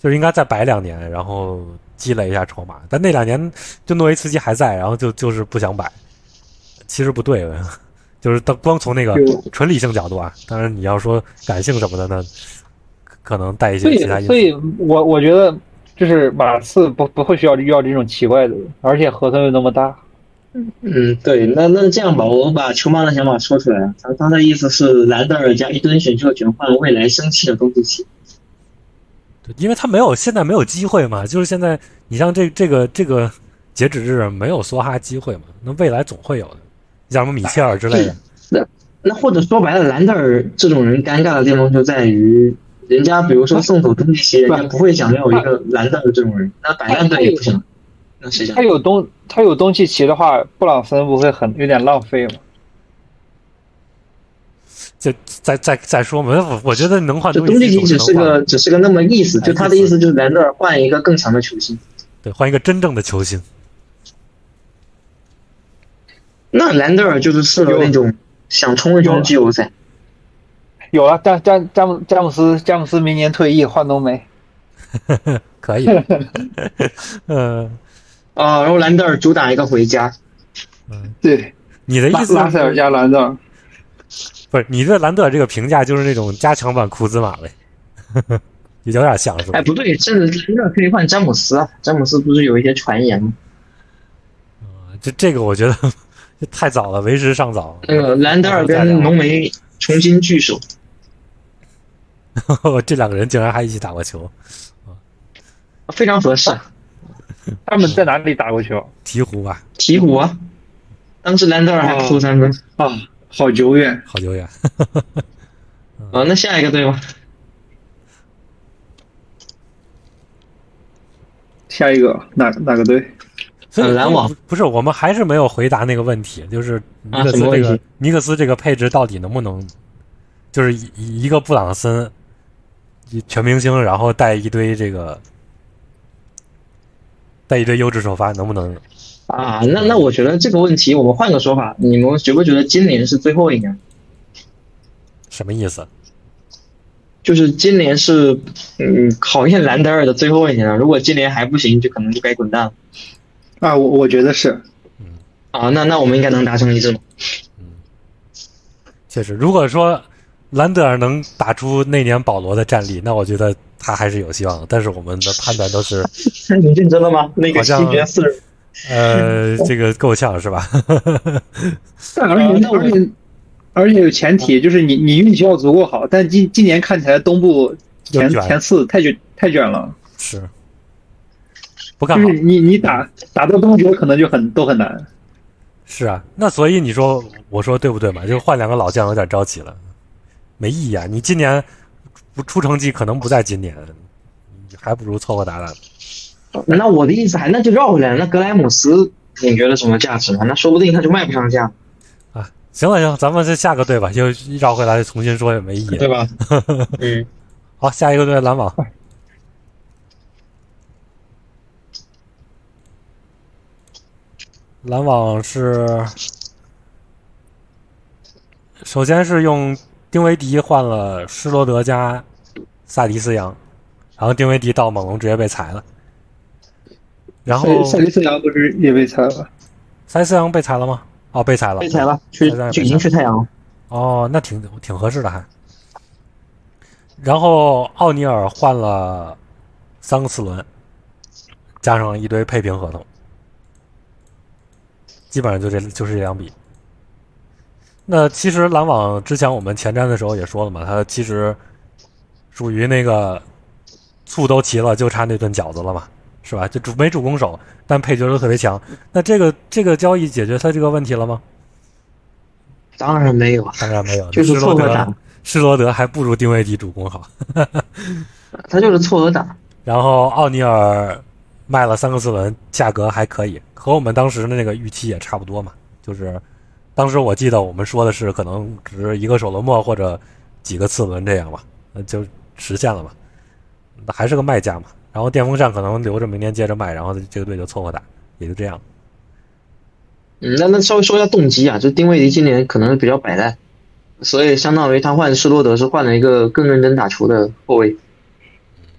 就是应该再摆两年，然后积累一下筹码。但那两年就诺维茨基还在，然后就就是不想摆，其实不对， 就是他光从那个
就
纯理性角度啊，当然你要说感性什么的呢，可可能带一
所
些
以
其他因
所以
素。
我我觉得就是马刺不不会需要遇到这种奇怪的人，而且合同又那么大。
嗯，对，那那这样吧，我把球妈的想法说出来。他他的意思是，兰德尔加一吨选秀权换未来生气的东契奇。
对因为他没有现在没有机会嘛，就是现在你像这这个这个截止日没有梭哈机会嘛，那未来总会有的，像什么米切尔之
嗯
类的。
那或者说白了，兰德尔这种人尴尬的地方就在于，人家比如说送走东契奇，人家不会想要一个兰德尔这种人，那摆烂队也不想，那谁想
他？有东他有东契奇的话，布朗森不会很有点浪费吗？
再再再再说嘛，我我觉得能换
就
东
东契
契
奇
奇
只是个只是个那么意思，
哎
就他的意思就是兰德尔换一个更强的球星。
对换一个真正的球星，
那兰德尔就是适合
有
那种想冲一
有
冲季后赛。
有了，詹詹詹姆詹姆斯詹姆斯明年退役换冬梅，
可 以。嗯
啊，然后兰德尔主打一个回家，
对，
你的
拉
意思
拉塞尔加兰德尔。
不是你对兰德尔这个评价就是那种加强版库兹马呗， 也有点像是吧
哎，？不对，甚至兰德尔可以换詹姆斯啊，詹姆斯不是有一些传言吗？
哎
这这个我觉得太早了，为时尚早。
那
嗯
个兰德尔跟浓眉重新聚首，
这两个人竟然还一起打过球，
非常合适啊。
他们在哪里打过球
鹈鹕吧，
鹈鹕啊，当时兰德尔还扑三分
啊？好久远。
好久远。哦
啊。那下一个队吧，
下一个哪哪个队？
所以
嗯篮网
不不是我们还是没有回答那个问题，就是尼克斯
啊什么
这
问
个、
题
尼克斯这个配置到底能不能，就是一一一个布朗森一全明星，然后带一堆这个带一堆优质首发，能不能
啊，那那我觉得这个问题我们换个说法，你们觉不觉得今年是最后一年？
什么意思？
就是今年是嗯考验兰德尔的最后一年啊了，如果今年还不行，就可能就该滚蛋了
啊，我我觉得是
啊。那那我们应该能达成一致吗？
确实，如果说兰德尔能打出那年保罗的战力，那我觉得他还是有希望的。但是我们的判断都 是
你认真了吗？那
好
个
像
西决四人
呃，这个够呛是吧？
但而且、
那我
而且而且有前提，就是你你运气要足够好，但今今年看起来东部前
又卷
前四太卷太卷了，
是，不
就
看好。
是你你打打到东决可能就很都很难。
是啊，那所以你说我说对不对嘛？就换两个老将有点着急了，没意义啊！你今年不出成绩，可能不在今年，还不如凑合打打。
那我的意思还那就绕回来了。那格莱姆斯，你觉得什么价值呢？那说不定他就卖不上价，
行了行了，咱们就下个队吧，又绕回来重新说也没意义。
对吧？嗯，
好，下一个队篮网，篮网是首先是用丁维迪换了施罗德加萨迪斯扬，然后丁维迪到猛龙直接被裁了。然后
塞塞利斯扬不是也被裁了？
塞斯扬被裁了吗？哦，被裁了，
被裁了，去
裁了
去已经去太阳了。
哦，那挺挺合适的还。然后奥尼尔换了三个次轮，加上一堆配平合同，基本上就这就是这两笔。那其实篮网之前我们前瞻的时候也说了嘛，他其实属于那个醋都齐了，就差那顿饺子了嘛，是吧？就主没主攻手，但配角都特别强。那这个这个交易解决他这个问题了吗？
当然没有，
当然没有，
就是
施罗
凑合打
德，施罗德还不如丁威迪主攻好。
他就是错额打。
然后奥尼尔卖了三个四轮，价格还可以，和我们当时的那个预期也差不多嘛。就是当时我记得我们说的是可能值一个首轮末或者几个次轮这样吧，呃就实现了嘛，那还是个卖价嘛。然后电风扇可能留着明年接着卖，然后这个队就凑合打，也就这样。
嗯，那那稍微说一下动机啊，就丁威迪今年可能比较摆烂，所以相当于他换施罗德是换了一个更认真打球的后卫，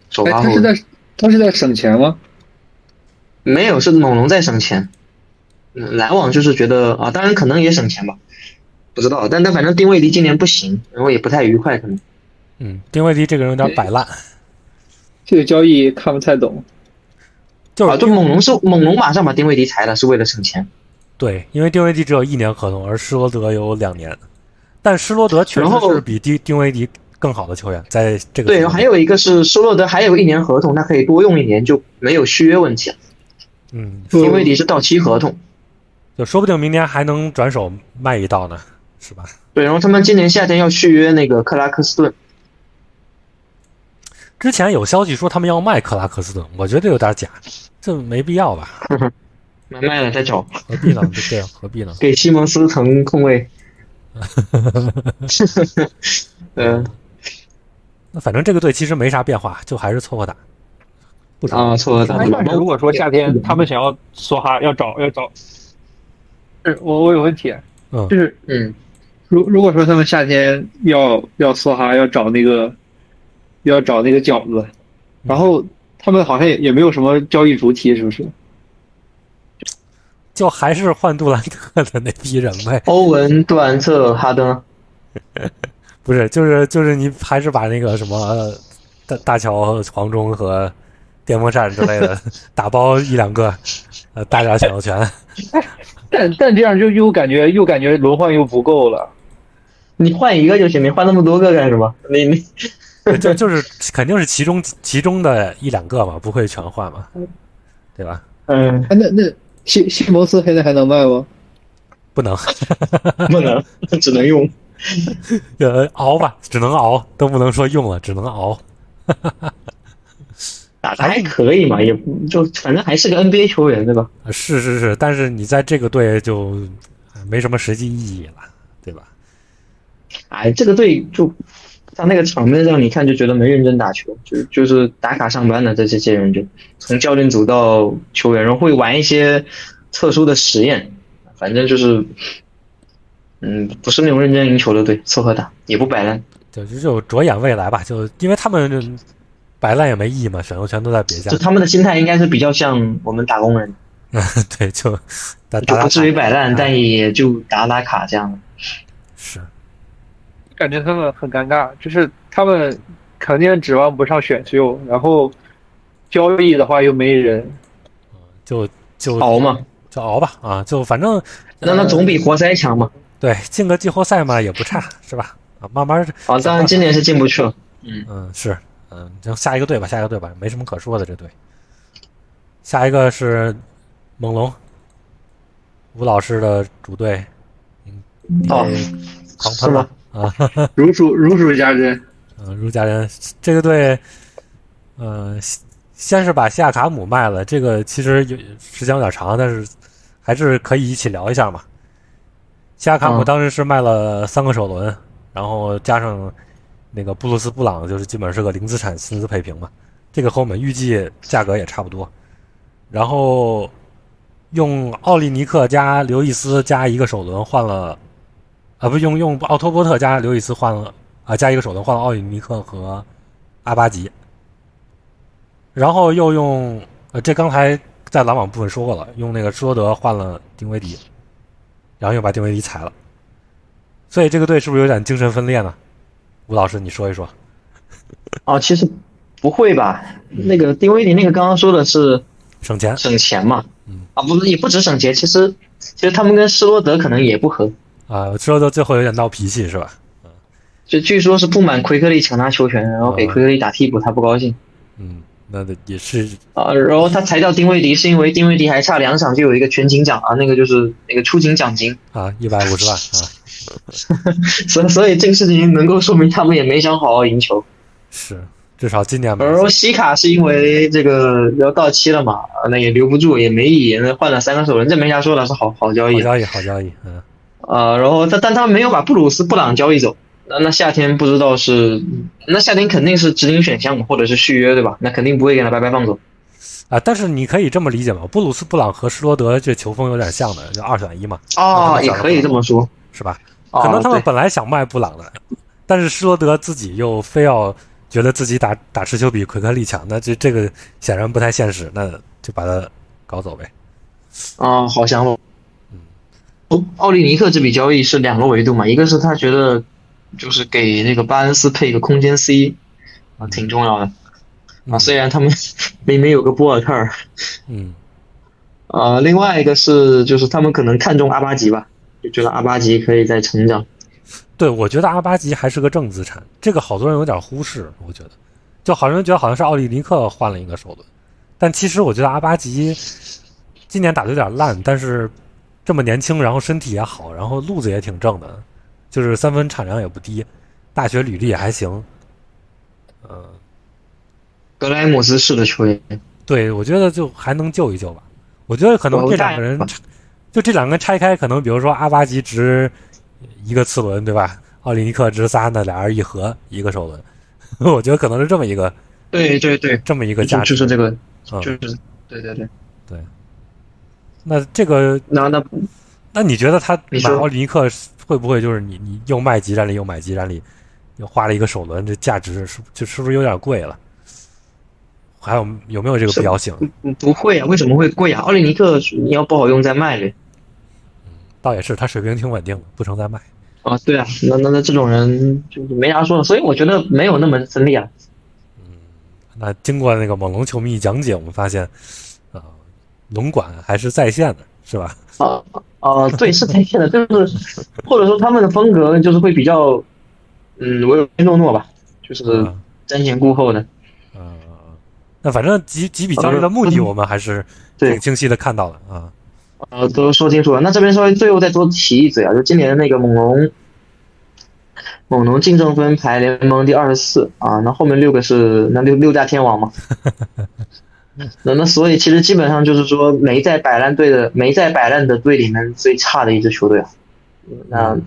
首
哎，
发
他
后
是
卫。
在他是在省钱吗？
没有，是猛龙在省钱，嗯篮网就是觉得啊，当然可能也省钱吧，不知道，但但反正丁威迪今年不行，然后也不太愉快，可能。
嗯，丁威迪这个人有点摆烂，
这个交易看不太懂。
就
啊，
是
就猛龙是猛龙马上把丁威迪裁了，是为了省钱。
对，因为丁威迪只有一年合同，而施罗德有两年，但施罗德确
然
实
后
是比丁丁威迪更好的球员，在这个
对，
球队
还有一个是施罗德还有一年合同，他可以多用一年，就没有续约问题了。
嗯，
丁威迪是到期合同，
就说不定明年还能转手卖一道呢，是吧？
对，然后他们今年夏天要续约那个克拉克斯顿，
之前有消息说他们要卖克拉克斯顿，我觉得有点假，这没必要吧？
卖卖了再找，
何必呢？对啊，何必 呢？
给西蒙斯腾空 位。嗯
那反正这个队其实没啥变化，就还是凑合打。不少
啊，错了，打
哎
错
但
了
是如果说夏天他们想要梭哈，要找要找，
是我我有问题，啊
嗯
就是
嗯，
如如果说他们夏天要要梭哈要找那个要找那个饺子，然后他们好像也也没有什么交易主体，是不是？
就还是换杜兰特的那批人呗，
欧文、杜兰特、哈登，
不是？就是就是你还是把那个什么呃大大乔、黄忠和电风扇之类的打包一两个， 呃，大点选秀权。
但但这样就又感觉又感觉轮换又不够了。
啊
你换一个就行，你换那么多个干什么？你你
对 就就是肯定是其中其中的一两个嘛，不会全换嘛，对吧？
嗯，
哎，那那西西蒙斯现在还能卖吗？
不能，
不能，只能用。
呃，熬吧，只能熬，都不能说用了，只能熬。
打的还可以嘛，也不就反正还是个 NBA 球员对吧？
呃是是是，但是你在这个队就哎没什么实际意义了，对吧？
哎，这个队就他那个场面让你看就觉得没认真打球，就就是打卡上班的这些这些人就从教练组到球员，然后会玩一些特殊的实验，反正就是嗯，不是那种认真赢球的队，凑合打也不摆烂。
就就就着眼未来吧，就因为他们摆烂也没意义嘛，选秀权都在别家
就，他们的心态应该是比较像我们打工人，
对，就打
就
打
不
打
至于
卡啊呃
摆烂，但也就打打卡这样。
是，
感觉他们很尴尬，就是他们肯定指望不上选秀，然后交易的话又没人，
就就
熬嘛，
就熬吧啊，就反正
那那总比活塞强嘛。
对进个季后赛嘛也不差，是吧？啊，慢慢
啊，当然今年是进不去了。
嗯，是，嗯，就下一个队吧，下一个队吧，没什么可说的这队。下一个是猛龙，吴老师的主队
哦，
狂
是
喷
吗
了？啊，
如数如数家珍。
嗯，如家人这个队，呃，先先是把西亚卡姆卖了，这个其实有时间有点长，但是还是可以一起聊一下嘛。西亚卡姆
嗯
当时是卖了三个首轮，然后加上那个布鲁斯布朗，就是基本是个零资产薪资配平嘛，这个和我们预计价格也差不多。然后用奥利尼克加刘易斯加一个首轮换了，啊，不用用奥托波特加刘易斯换了啊，加一个首轮换了奥里尼克和阿巴吉，然后又用呃，这刚才在篮网部分说过了，用那个施罗德换了丁威迪，然后又把丁威迪裁了，所以这个队是不是有点精神分裂呢？吴老师，你说一说。
哦，其实不会吧？那个丁威迪那个刚刚说的是
省钱，
省钱嘛
嗯，
啊，不是也不止省钱，其实其实他们跟施罗德可能也不合，
啊，施罗德最后有点闹脾气是吧？
就据说是不满奎克利抢他球权，然后给
嗯
奎克利打替补，他不高兴
嗯，那得也是
啊。然后他裁掉丁威迪是因为丁威迪还差两场就有一个全勤奖啊，那个就是那个出勤奖金，
啊，一百五十万啊，
所所以这个事情能够说明他们也没想好好赢球。
是至少今年吧。
然后西卡是因为这个要到期了嘛，啊那也留不住，也没意义，那换了三个首轮，这没啥说的，是好好交易
好
啊。
交易，好交易，嗯，
啊，然后但但他没有把布鲁斯布朗交易走，那那夏天不知道是，那夏天肯定是指定选项或者是续约对吧？那肯定不会给他白白放走。
啊，但是你可以这么理解嘛，布鲁斯布朗和施罗德这球风有点像的，就二选一嘛，
哦，也可以这么说。
是吧？
哦
可能他们
对
本来想卖布朗的，但是施罗德自己又非要觉得自己打打持球比奎克利强，那这这个显然不太现实，那就把他搞走呗。
啊，好想法。哦奥利尼克这笔交易是两个维度嘛，一个是他觉得就是给那个巴恩斯配一个空间 C 啊，挺重要的啊。
嗯
虽然他们明明有个波尔特尔，
嗯，
呃，另外一个是就是他们可能看中阿巴吉吧，就觉得阿巴吉可以再成长。
对，我觉得阿巴吉还是个正资产，这个好多人有点忽视，我觉得，就好多人觉得好像是奥利尼克换了一个首轮，但其实我觉得阿巴吉今年打的有点烂，但是这么年轻，然后身体也好，然后路子也挺正的，就是三分产量也不低，大学履历也还行，嗯，
格莱姆斯式的球员，
对，我觉得就还能救一救吧。我觉得可能
我
这两个
大
人
吧，
就这两个拆开，可能比如说阿巴吉值一个次轮，对吧？奥林尼克值仨呢，俩人一合一个首轮， 我觉得可能是这么一个
对对对，
这么一个
就
价值
就。是这个，就
嗯，
是对对对。
那这个，
然后那
那你觉得他
你
买
说
奥林尼克会不会就是你你又卖集战力又买集战力，又花了一个首轮，这价值是就是不是有点贵了？还有有没有这个
是
必要性？
嗯不会啊，为什么会贵啊？奥利尼克你要不好用再卖呗。
倒也是，他水平挺稳定的，不成再卖。
啊，对啊，那那那这种人就是没啥说的，所以我觉得没有那么分裂啊。
那经过那个猛龙球迷一讲解，我们发现，呃，龙管还是在线的，是吧？
啊啊，对，是在线的，就是或者说他们的风格就是会比较，嗯，唯唯诺诺吧，就是
嗯
瞻前顾后的。
嗯，那反正几几笔交易的目的，我们还是
对
挺清晰的看到了啊。
呃，都说清楚了。那这边稍微最后再多提一嘴啊，就今年的那个猛龙，猛龙净胜分排联盟第二十四啊，那后面六个是那六六大天王嘛。那那所以其实基本上就是说没在摆烂队的没在摆烂的队里面最差的一支球队啊。那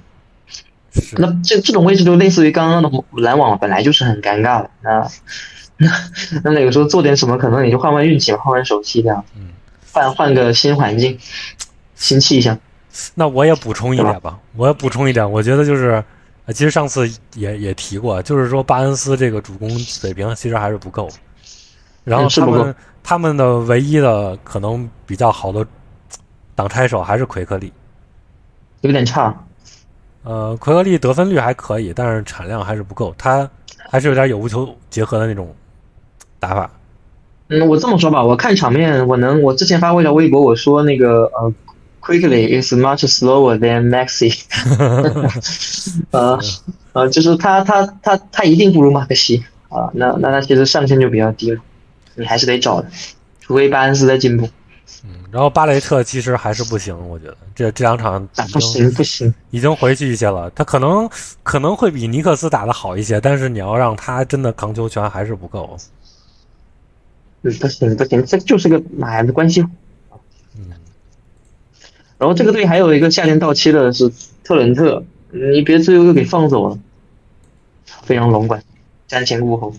是
那这这种位置就类似于刚刚的篮网，本来就是很尴尬的。那那那那有时候做点什么，可能也就换换运气吧，换换手气这样
嗯，
换换个新环境，新气象。
那我也补充一点吧，我也补充一点，我觉得就是，呃其实上次也也提过，就是说巴恩斯这个主攻水平其实还是不够，然后
嗯是
他
不够
们他们的唯一的可能比较好的挡拆手还是奎克利，
有点差。
呃，奎克利得分率还可以，但是产量还是不够，他还是有点有无球结合的那种打法。
嗯，我这么说吧，我看场面，我能，我之前发过一条微博，我说那个呃，quickly is much slower than Maxi，呃呃，就是他他他他一定不如马克西啊、那那他其实上限就比较低了，你还是得找的，除非巴恩斯在进步，
嗯，然后巴雷特其实还是不行，我觉得这这两场
啊
已
不
经
行不行，
已经回去一些了，他可能可能会比尼克斯打的好一些，但是你要让他真的扛球权还是不够。
嗯不行不行，这就是个买的关系
嗯，
然后这个队还有一个夏天到期的是特伦特，你别最后又给放走了，非常龙管，瞻前顾后。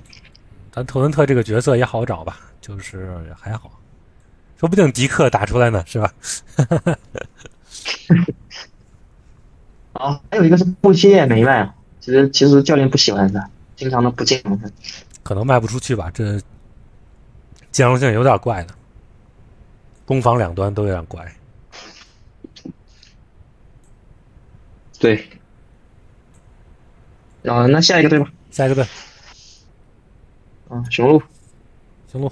但特伦特这个角色也好找吧，就是还好，说不定迪克打出来呢，是吧？
啊，还有一个是布切也没卖啊，其其实其实教练不喜欢他，经常都不见他。
可能卖不出去吧，这兼容性有点怪的，攻防两端都有点怪。
对。啊、那下一个队吧，
下一个队，
嗯，雄鹿，
雄鹿。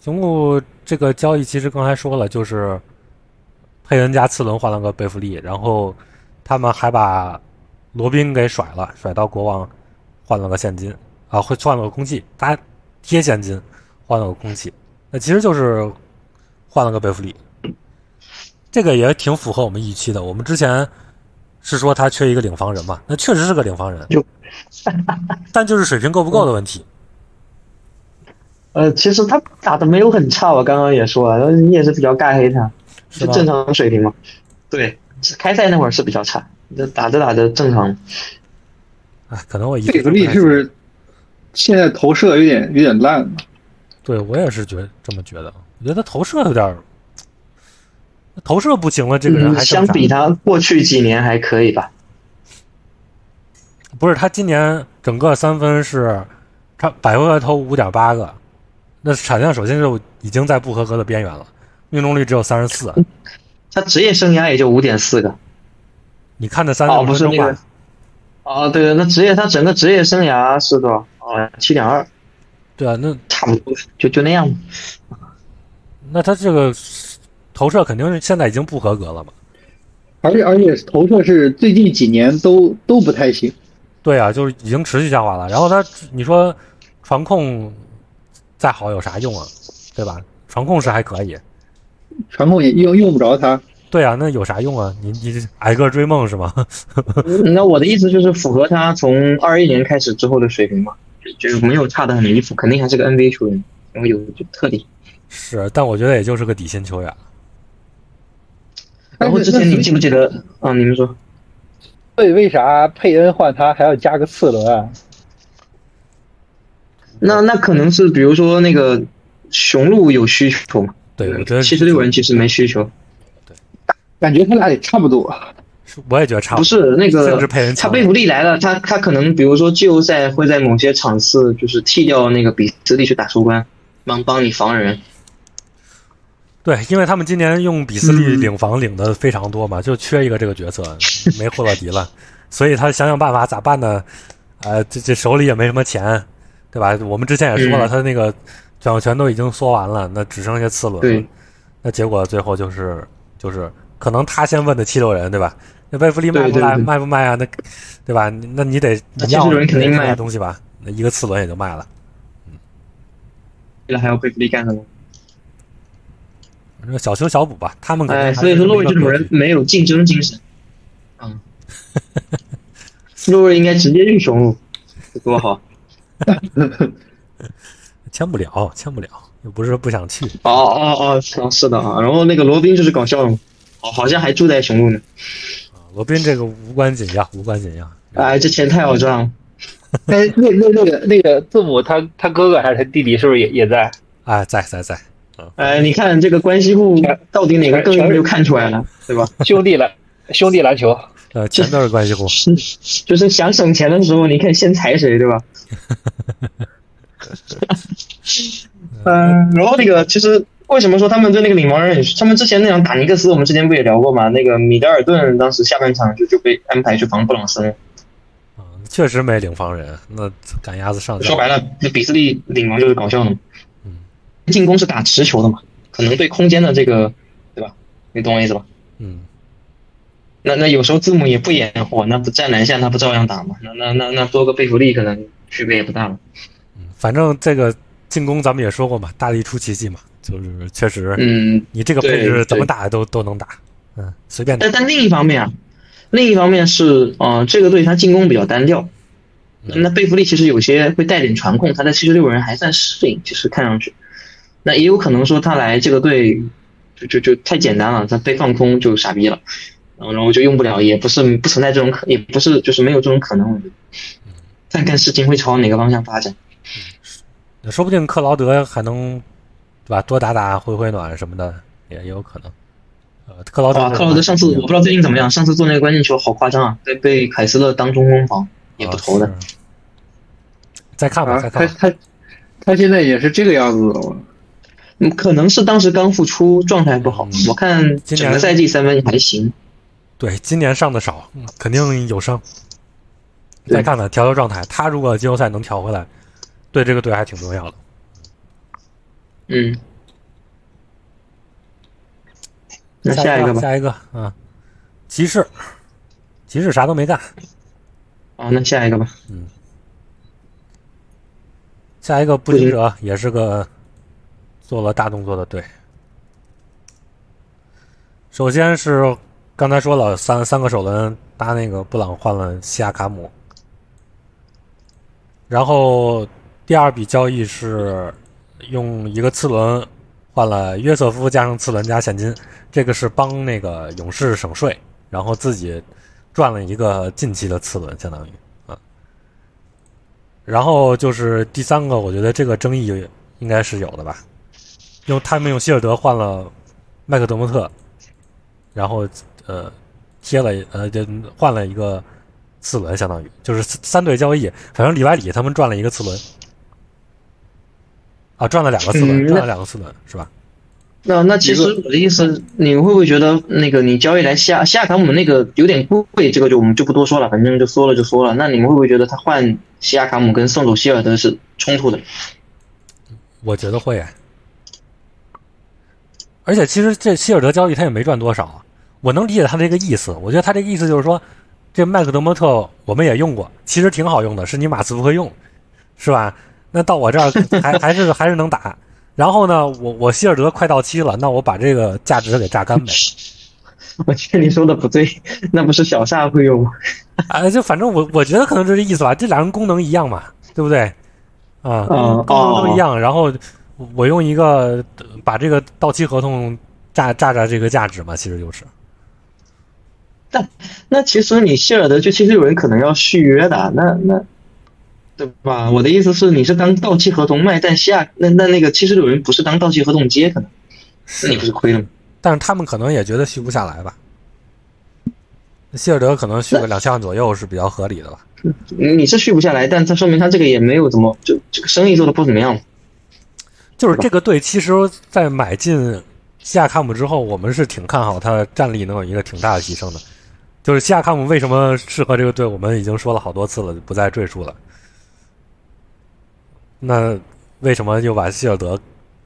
雄鹿这个交易其实刚才说了，就是佩恩加次轮换了个贝弗利，然后他们还把罗宾给甩了，甩到国王换了个现金啊，会换了个空气，他贴现金换了个空气，那其实就是换了个贝弗利，这个也挺符合我们预期的。我们之前是说他缺一个领防人嘛，那确实是个领防人
有，
但就是水平够不够的问题。
呃，其实他打的没有很差，我刚刚也说了，你也是比较尬黑他，
是
就
吧
正常水平嘛。对，开赛那会儿是比较差，那打着打着正常。
哎，可能我一
贝弗利是不是现在投射有点有点烂了？
对我也是觉这么觉得，我觉得他投射有点儿，投射不行了，这个人
嗯，
还
相
挣扎
比他过去几年还可以吧。
不是他今年整个三分是差百回合投五点八个，那产量首先就已经在不合格的边缘了，命中率只有三十四。
他职业生涯也就五点四个。
你看这三
哦，
十
不
分
是
钟
那个
吧，。
哦，对，那职业他整个职业生涯是多少？哦，七点二，
对啊，那
差不多，就就 那样。
那他这个投射肯定是现在已经不合格了嘛？
而且而且投射是最近几年都都不太行。
对啊，就是已经持续下滑了。然后他你说传控再好有啥用啊？对吧？传控是还可以，
传控也用用不着他，
对啊，那有啥用啊？你你挨个追梦是吗？
嗯那我的意思就是符合他从二一年开始之后的水平嘛，就就是没有差的很离谱，肯定还是个 NBA 球员，然后有有特点。
是，但我觉得也就是个底薪球员。
然后之前你记不记得？嗯，你们说，
为为啥佩恩换他还要加个次轮啊？
那那可能是比如说那个雄鹿有需求嘛？
对，我觉得
七十六人呃其实没需求，
感觉他俩也差不多。
是我也觉得差
不
多
是那
甚至
个
佩恩
他
强
贝弗利来了，他他可能比如说季后赛会在某些场次就是替掉那个比斯利去打收官，帮帮你防人。
对，因为他们今年用比斯
嗯
利领防领的非常多嘛，就缺一个这个 角色，没霍勒迪了，所以他想想办法咋办呢？呃，这这手里也没什么钱，对吧？我们之前也说了，
嗯
他那个转会权都已经缩完了，那只剩下次轮了
对。
那结果最后就是就是可能他先问的七六人，对吧？那贝弗利卖不
对对
卖
对
卖不卖啊？那对吧？那你得
那
你要
76人肯定
你得
卖
卖东西吧？那一个次轮也就卖了。
为了还要贝弗利干什么？
那小修小补吧，他们可能
哎，
还
所以
是
说
那
洛瑞
个
这种
格
人
局
没有竞争 精神。嗯，洛瑞应该直接去雄鹿，这多好。
签不了，签不了，又不是不想去。
哦哦哦，是的是的啊。然后那个罗宾就是搞笑的嘛，好，好像还住在雄鹿呢。
啊罗宾这个无关紧要，无关紧要。
哎，这钱太好赚了。
但是那那那个那个字母他
他哥哥还是他弟弟是不是也也在？
哎，在在在，
哎，你看这个关系户到底哪个更没有看出来了，对吧？
兄弟 篮兄弟篮球，
呃，全都是关系户。
就是想省钱的时候，你看先踩谁，对吧？ 嗯，然后那个其实为什么说他们对那个领盲人很，他们之前那场打尼克斯，我们之前不也聊过嘛？那个米德尔顿当时下半场就就被安排去防布朗森，
啊，确实没领防人，那赶鸭子上
说
吊。
白了，那比斯利领盲就是搞笑的嘛。
嗯
进攻是打持球的嘛，可能对空间的这个，对吧？你懂我意思吧？
嗯，
那那有时候字母也不掩护，那不站篮下，那不照样打嘛？那那那那多个贝弗利可能区别也不大嘛。
嗯反正这个进攻咱们也说过嘛，大力出奇迹嘛，就是确实
嗯，
你这个配
对
置
对
怎么打都都能打，嗯，随便打
但。但另一方面啊，另一方面是，呃，这个队他进攻比较单调。
嗯
那贝弗利其实有些会带点传控，他在七十六人还算适应，其实看上去，那也有可能说他来这个队就就就太简单了，他被放空就傻逼了，然后然后就用不了，也不是不存在这种可，也不是就是没有这种可能，我觉
嗯
得，看看事情会朝哪个方向发展。哎
说不定克劳德还能，对吧？多打打回回暖什么的也也有可能。呃，克劳德
啊哇，克劳德上次我不知道最近怎么样，上次做那个关键球好夸张啊，被被凯斯勒当中锋防也不投的。
啊是再看吧，
啊
再，
他
看吧。
他他现在也是这个样子的了。
嗯，可能是当时刚复出，状态不好
嗯。
我看
今
整
年
个赛季三分也还行，
对，今年上的少，嗯肯定有伤。
对
再看看调调状态，他如果季后赛能调回来，对这个队还挺重要的。
嗯。那
下
下一个吧，
下一个啊，骑士，骑士啥都没干。
啊，那下一个吧，
下一个步行者也是个做了大动作的队。首先是刚才说了三三个首轮搭那个布朗换了西亚卡姆，然后第二笔交易是用一个次轮换了约瑟夫，加上次轮加现金，这个是帮那个勇士省税，然后自己赚了一个近期的次轮，相当于。啊然后就是第三个，我觉得这个争议应该是有的吧，用他们用希尔德换了麦克德莫特，然后呃贴了呃就换了一个次轮，相当于就是三三对交易，反正里外里他们赚了一个次轮，啊赚了两个次轮，
嗯
赚了两个次轮是吧？
那那其实
一
我的意思，你会不会觉得那个你交易来西亚西亚卡姆那个有点贵，这个就我们就不多说了，反正就说了就说了。那你们会不会觉得他换西亚卡姆跟送走希尔德是冲突的？
我觉得会，而且其实这希尔德交易他也没赚多少啊，我能理解他这个意思。我觉得他这个意思就是说，这麦克德莫特我们也用过，其实挺好用的，是你马刺不会用，是吧？那到我这儿还还是还是能打。然后呢，我我希尔德快到期了，那我把这个价值给榨干呗。
我觉得你说的不对，那不是小萨会有吗？
哎，就反正我我觉得可能这是意思吧，这俩人功能一样嘛，对不对？啊，
嗯
功能都
哦
一样。然后我用一个呃把这个到期合同榨榨榨这个价值嘛，其实就是
那其实你希尔德就其实有人可能要续约的，那那，对吧？我的意思是，你是当到期合同卖，但西亚那那那个其实有人不是当到期合同接，可能那你不是亏了吗？
但是他们可能也觉得续不下来吧。希尔德可能续个两千万左右是比较合理的吧。
你你是续不下来，但这说明他这个也没有怎么就这个生意做的不怎么样。
就是这个队，其实，在买进西亚卡姆之后，我们是挺看好他的战力能有一个挺大的提升的。就是西亚卡姆为什么适合这个队，我们已经说了好多次了，不再赘述了。那为什么又把希尔德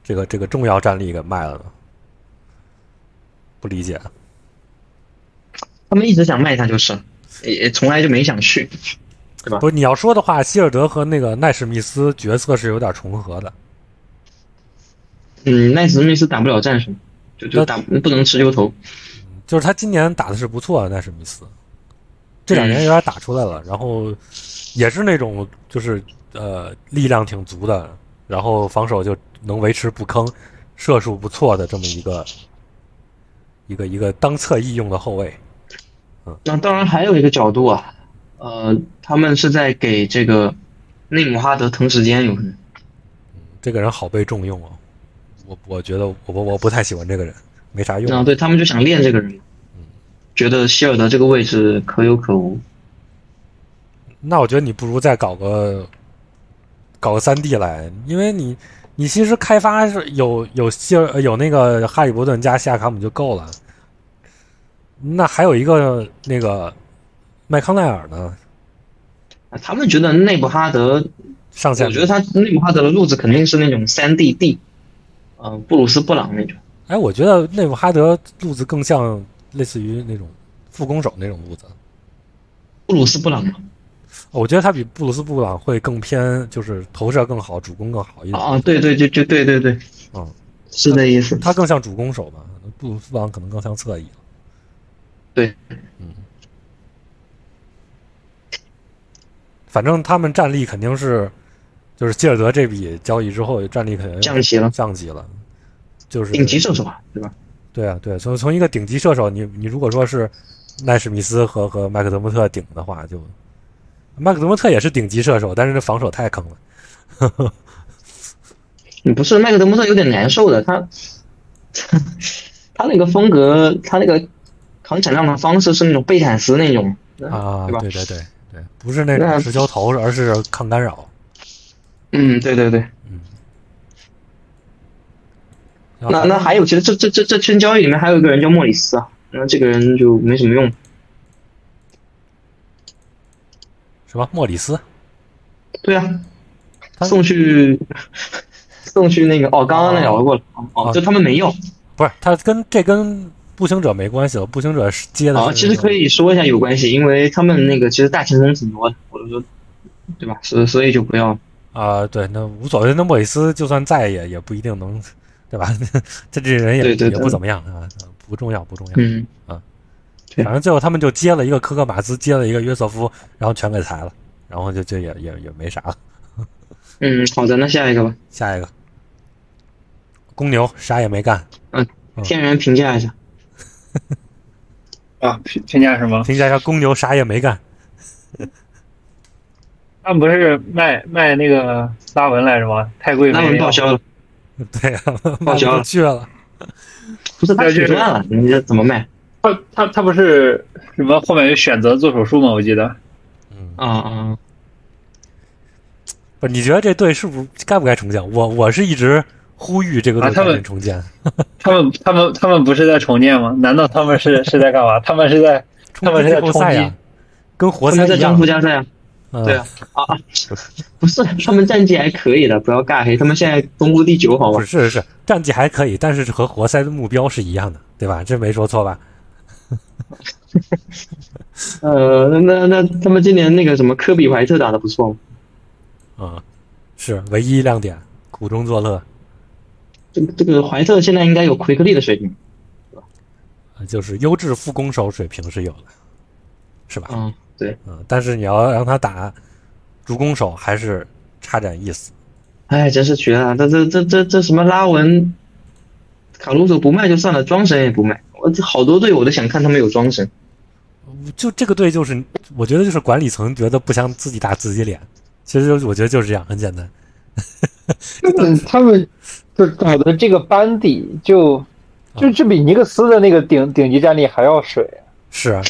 这个这个重要战力给卖了呢？不理解。
他们一直想卖他就是，也也从来就没想续。
不是你要说的话，希尔德和那个奈史密斯角色是有点重合的。
嗯，奈史密斯打不了战术，就就打不能持球投。
就是他今年打的是不错的，奈史密斯，这两年有点打出来了，然后也是那种就是呃力量挺足的，然后防守就能维持不坑，射术不错的这么一个一个一个当侧翼用的后卫。
那当然还有一个角度啊，呃，他们是在给这个内姆哈德腾时间，有可能。
这个人好被重用哦，我我觉得我我我不太喜欢这个人，没啥
啊，
用。
对他们就想练这个人，觉得希尔德这个位置可有可无。
那我觉得你不如再搞个搞个三 D 来，因为你你其实开发是有有希尔呃有那个哈利伯顿加西亚卡姆就够了，那还有一个那个麦康奈尔呢，
啊他们觉得内布哈德，
上线
我觉得他内布哈德的路子肯定是那种三 D D，呃，布鲁斯布朗那种。
哎，我觉得内布哈德路子更像类似于那种副攻手那种路子，
布鲁斯布朗嘛，
我觉得他比布鲁斯布朗会更偏，就是投射更好，主攻更好一点，
啊，对对，就就对对对，
嗯，
是这意思。
他更像主攻手嘛，布鲁斯布朗可能更像侧翼。嗯
对，
反正他们战力肯定是，就是希尔德这笔交易之后，战力肯定
降级了
降级了，就是
顶级射手啊，对吧？
对啊，对，从从一个顶级射手，你你如果说是奈史密斯和和麦克德莫特顶的话，就麦克德莫特也是顶级射手，但是这防守太坑了。
你不是麦克德蒙特有点难受的，他他他那个风格，他那个扛抢量的方式是那种贝坦斯那种，
啊，
对吧
对对对对，不是那种
那
持球投，而是抗干扰。
嗯，对对对。
然后
那那还有，其实这这这这圈交易里面还有一个人叫莫里斯啊，那这个人就没什么用。
什么莫里斯？
对啊，
他
送去送去那个哦，刚刚那聊过了哦，
啊
就他们没用。
不是他跟这跟步行者没关系了，步行者是接的是那
啊，
种。
其实可以说一下有关系，因为他们那个其实大前锋挺多的，我就说，对吧？所所以就不要
啊、对，那无所谓。那莫里斯就算在也也不一定能，对吧？ 这这人也
对对对
也不怎么样啊，不重要不重要。
嗯对
反正最后他们就接了一个科克马兹，接了一个约瑟夫，然后全给裁了，然后就就也也也没啥了。
嗯，好的，那下一个吧。
下一个，公牛啥也没干，嗯
天元评价一下，
啊，评评价什么？
评价一下公牛啥也没干。
他们不是卖卖那个拉文来着吗？太贵
那
没
我
人
们
要
报。销了，
对 啊，卖
报销了
不出去了。
不是他
对
血
这是
赚了，你这怎么卖？
他他他不是什么后面有选择做手术吗？我记得
嗯，
啊啊，
不是，你觉得这队是不是该不该重建？我我是一直呼吁这个队
啊他
赶
们
紧重建，
他们他们他们不是在重建吗？难道他们是是在干嘛？他们是在他
冲
们
击
是在
季后赛
冲
呀
击，
跟活
他
塞
们在
一
争
样
附。加赛啊，
嗯
对啊，啊，啊不是，他们战绩还可以的，不要尬黑，他们现在东部第九，好
不
吧
是？是是，战绩还可以，但是和活塞的目标是一样的，对吧？这没说错吧？
呃，那那那他们今年那个什么科比怀特打的不错，
啊、是唯一亮点，苦中作乐，
这个这个怀特现在应该有奎克利的水平，
呃就是优质副攻手水平是有的，是吧？
嗯，对，
嗯，但是你要让他打主攻手，还是差点意思。
哎，真是绝了，这这这这这什么拉文，卡鲁索不卖就算了，庄神也不卖，我这好多队我都想看他们有庄神，
就这个队就是，我觉得就是管理层觉得不想自己打自己脸，其实就是我觉得就是这样，很简单。
嗯，他们就打的这个班底就，就这比尼克斯的那个顶顶级战力还要水。
是 啊，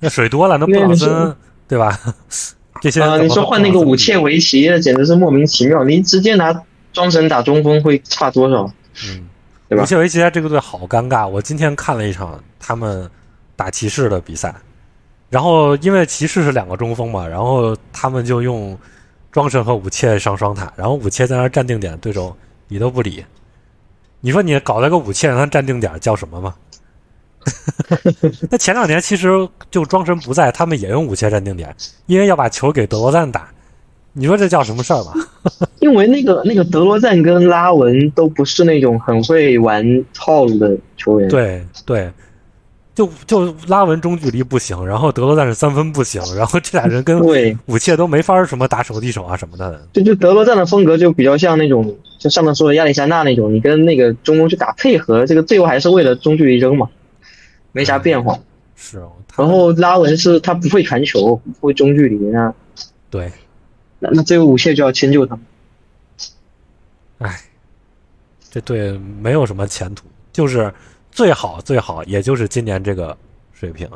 那水多了，那布朗
那
森对吧？ 这些
啊，
怎
你
么嗯
说
和
换
布
那个
朗森
武
比
切维奇，啊那简直是莫名其妙。你直接拿庄神打中锋会差多少？
嗯，
对吧
武切维奇他这个队好尴尬。我今天看了一场他们打骑士的比赛，然后因为骑士是两个中锋嘛，然后他们就用庄神和武切上双塔，然后武切在那儿站定点，对手理都不理。你说你搞了个武切让他站定点叫什么吗？ 那前两年其实就庄神不在，他们也用武切站定点，因为要把球给德罗赞打。你说这叫什么事儿吧？
因为那个那个德罗赞跟拉文都不是那种很会玩套路的球员。，
对对，就就拉文中距离不行，然后德罗赞是三分不行，然后这俩人跟
对，
武切都没法儿什么打手递手啊什么的。
就就德罗赞的风格就比较像那种，就上面说的亚历山大那种，你跟那个中锋去打配合，这个最后还是为了中距离扔嘛，没啥变化。
是，哦他
然后拉文是他不会传球，不会中距离，那
对，
那那最后武切就要迁就他们。
哎，这队没有什么前途，就是最好最好也就是今年这个水平，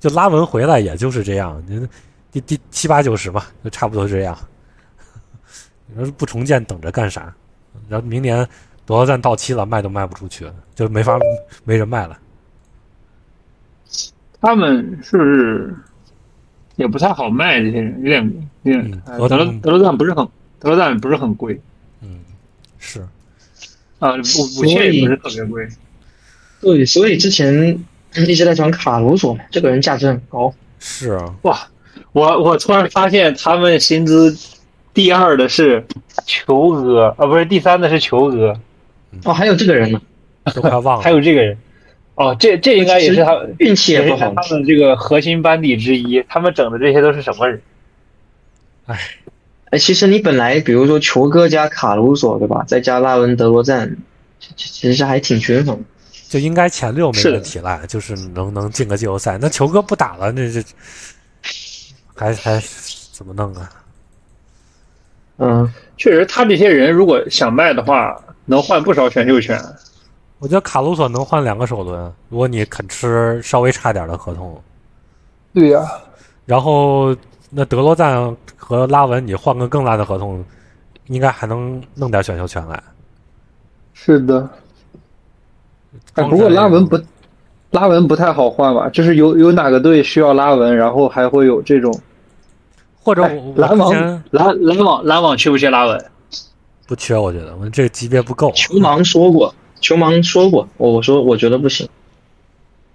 就拉文回来也就是这样，您第第七八九十嘛，就差不多这样。你说不重建等着干啥？然后明年多少赞到期了，卖都卖不出去，就没法没人卖了。
他们是不是也不太好卖这些人，有点有点
嗯
哎
合
德
同
罗德罗赞不是很德罗赞不是很贵
嗯，是，
啊，武武切也不是特别贵。
对，所以之前一直在讲卡鲁索嘛，这个人价值很高。
是啊，
哇，我我突然发现他们薪资第二的是球哥啊，不是第三的是球哥，
哦，还有这个人呢，
都快忘了。
还有这个人。哦，这这应该也是他们
运气也
也
不
是他
好。
们这个核心班底之一。他们整的这些都是什么人？
哎，其实你本来比如说球哥加卡鲁索对吧，再加拉文德罗赞，其其其实还挺均衡。
就应该前六没
是的
问题了，就是能能进个季后赛。那球哥不打了，那这还还怎么弄啊？
嗯，
确实，他这些人如果想卖的话，能换不少选秀权。
我觉得卡鲁索能换两个首轮，如果你肯吃稍微差点的合同。
对呀、
然后那德罗赞和拉文，你换个更大的合同，应该还能弄点选秀权来。
是的。哎，不过拉文不，拉文不太好换吧？就是有有哪个队需要拉文，然后还会有这种
或者
哎
哦我我
篮
之
网
前
篮篮网篮网缺不缺拉文？
不缺，我觉得我们这个级别不够。
球盲说过，球盲说过，我我说我觉得不行，